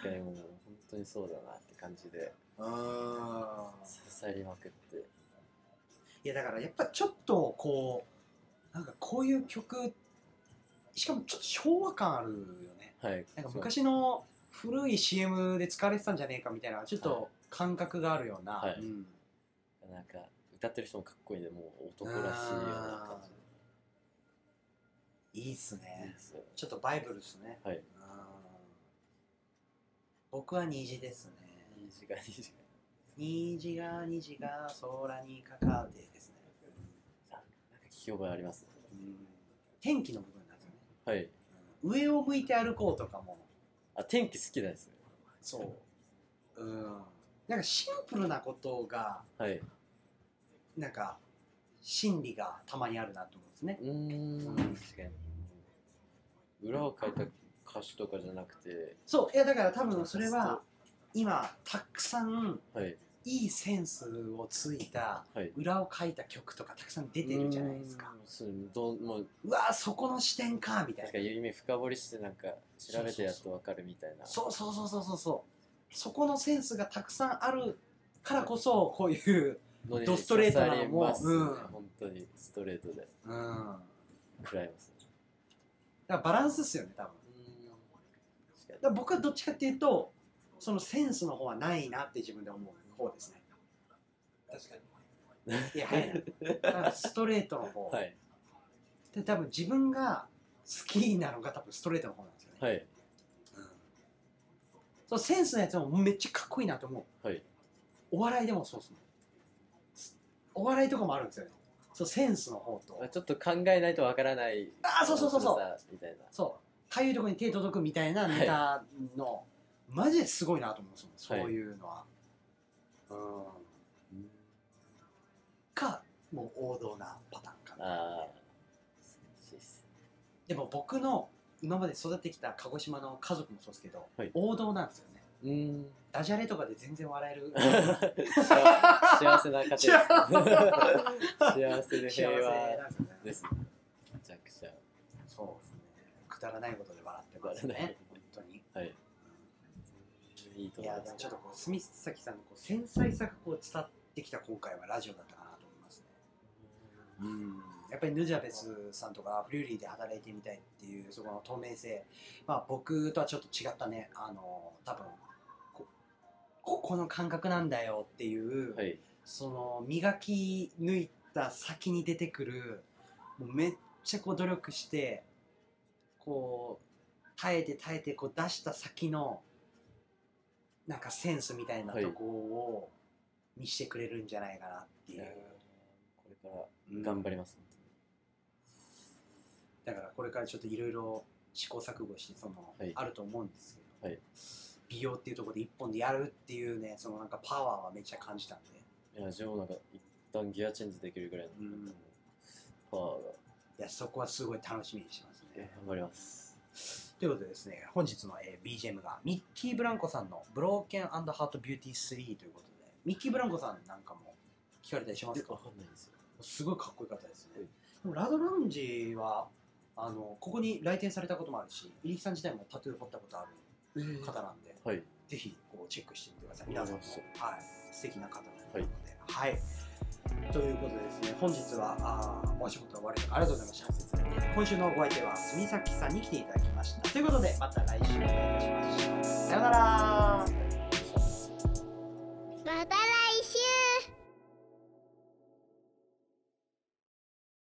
[SPEAKER 2] かにもう本当にそうだなって感じで、
[SPEAKER 1] うん
[SPEAKER 2] 刺さりまくって。
[SPEAKER 1] いやだからやっぱちょっとこうなんかこういう曲しかもちょっと昭和感あるよね
[SPEAKER 2] はい。
[SPEAKER 1] なんか昔の古い CM で使われてたんじゃねえかみたいなちょっと感覚があるような、
[SPEAKER 2] はい
[SPEAKER 1] うん
[SPEAKER 2] そう、なんか、歌ってる人もかっこいいんで、もう男らしいような感じ。
[SPEAKER 1] いいっす
[SPEAKER 2] いい
[SPEAKER 1] ね
[SPEAKER 2] ですよね
[SPEAKER 1] ちょっとバイブルっすね、
[SPEAKER 2] はい
[SPEAKER 1] うん僕は虹ですね
[SPEAKER 2] いい時間、いい時間。
[SPEAKER 1] 虹が虹が空にかかってですね
[SPEAKER 2] き覚えあります。
[SPEAKER 1] うん天気の部分なんですよね
[SPEAKER 2] はい。
[SPEAKER 1] うん上を向いて歩こうとかも
[SPEAKER 2] あ、天気好きなんですね。
[SPEAKER 1] そううんなんかシンプルなことが
[SPEAKER 2] はい。
[SPEAKER 1] なんか心理がたまにあるなと思うんですね
[SPEAKER 2] うーん、確かに。裏を書いた歌詞とかじゃなくて、
[SPEAKER 1] そういやだから多分それは今たくさん
[SPEAKER 2] はい。
[SPEAKER 1] いいセンスをついた
[SPEAKER 2] はい。
[SPEAKER 1] 裏を書いた曲とかたくさん出てるじゃないですか
[SPEAKER 2] うーん。そう、どう、もう、
[SPEAKER 1] うわーそこの視点かみたい
[SPEAKER 2] 確
[SPEAKER 1] な
[SPEAKER 2] かに意味深掘りして、なんか、調べてやっとわかるみたいな。
[SPEAKER 1] そうそうそうそうそうそうそこのセンスがたくさんあるからこそこういう、
[SPEAKER 2] のに
[SPEAKER 1] ドストレートなのも
[SPEAKER 2] 刺さりますね
[SPEAKER 1] うん
[SPEAKER 2] 本当にストレートで
[SPEAKER 1] うん、だか
[SPEAKER 2] 食らいますね。
[SPEAKER 1] らバランスですよね多分だか
[SPEAKER 2] 確かに
[SPEAKER 1] ら僕はどっちかっていうとそのセンスの方はないなって自分で思う方ですね
[SPEAKER 3] 確かに。
[SPEAKER 1] いや早いなだからストレートの方、
[SPEAKER 2] はい。
[SPEAKER 1] で多分自分が好きなのが多分ストレートの方なんですよね、
[SPEAKER 2] はい。
[SPEAKER 1] うんそうセンスのやつもめっちゃかっこいいなと思う
[SPEAKER 2] はい。
[SPEAKER 1] お笑いでもそうっすもんすお笑いとかもあるんですよねそうセンスの方と
[SPEAKER 2] まあちょっと考えないとわからない。
[SPEAKER 1] あーそうそうそうそう
[SPEAKER 2] 面白さみたいな。
[SPEAKER 1] そうかゆいとこに手届くみたいなネタの、マジですごいなと思うんですよそういうのは、うんかもう王道なパターンかな
[SPEAKER 2] ああ。難しいっす
[SPEAKER 1] でも僕の今まで育ってきた鹿児島の家族もそうですけど、
[SPEAKER 2] はい
[SPEAKER 1] 王道なんですよね
[SPEAKER 2] うーん。
[SPEAKER 1] ダジャレとかで全然笑え る
[SPEAKER 2] 幸幸せな家庭ですね。幸せで
[SPEAKER 1] 幸せ
[SPEAKER 2] 平和
[SPEAKER 1] なんですよね
[SPEAKER 2] ですね。めちゃくちゃ。
[SPEAKER 1] そうですねくだらないことで笑ってます
[SPEAKER 2] くだらない
[SPEAKER 1] ね本当に
[SPEAKER 2] はい。いいと
[SPEAKER 1] い
[SPEAKER 2] 思い
[SPEAKER 1] や
[SPEAKER 2] ま
[SPEAKER 1] ですも。ちょっとこう住崎さんのこう繊細さがこう伝ってきた今回はラジオだったかなと思いますねうんやっぱりヌジャベスさんとかフリューリーで働いてみたいっていうそこの透明性まあ僕とはちょっと違ったねあの多分こここの感覚なんだよっていう、
[SPEAKER 2] はい。
[SPEAKER 1] その磨き抜いた先に出てくるもうめっちゃこう努力してこう耐えて耐えてこう出した先のなんかセンスみたいなとこを見せてくれるんじゃないかなって
[SPEAKER 2] い
[SPEAKER 1] いう
[SPEAKER 2] やー、これから
[SPEAKER 1] うん
[SPEAKER 2] 頑張ります。
[SPEAKER 1] だからこれからちょっといろいろ試行錯誤してその、
[SPEAKER 2] はい
[SPEAKER 1] あると思うんですけど、
[SPEAKER 2] はい
[SPEAKER 1] 美容っていうところで一本でやるっていうねそのなんかパワーはめっちゃ感じたんで
[SPEAKER 2] いや、自分もなんか一旦ギアチェンジできるぐらいの
[SPEAKER 1] うん
[SPEAKER 2] パワーが
[SPEAKER 1] いやそこはすごい楽しみにしてますね。
[SPEAKER 2] え頑張ります。
[SPEAKER 1] ということでですね、本日のえー BGM がミッキー・ブランコさんのブローケンハート・ビューティー3ということで、ミッキー・ブランコさんなんかも聞かれたりします
[SPEAKER 2] わ
[SPEAKER 1] か
[SPEAKER 2] かんないですよ。
[SPEAKER 1] すごいかっこよかったですね
[SPEAKER 2] はい。
[SPEAKER 1] でもラドラウンジは、あの、ここに来店されたこともあるし、入木さん自体もタトゥー彫ったことある方なんで、
[SPEAKER 2] はい。
[SPEAKER 1] ぜひこうチェックしてみてください。皆さんも、
[SPEAKER 2] そう
[SPEAKER 1] はい、素敵な方なので、はい。ということでですね、本日は、あーお仕事終わりとかありがとうございました。今週のお相手は住崎さんに来ていただきました。ということで、また来週お会いいたしましょう。さようなら。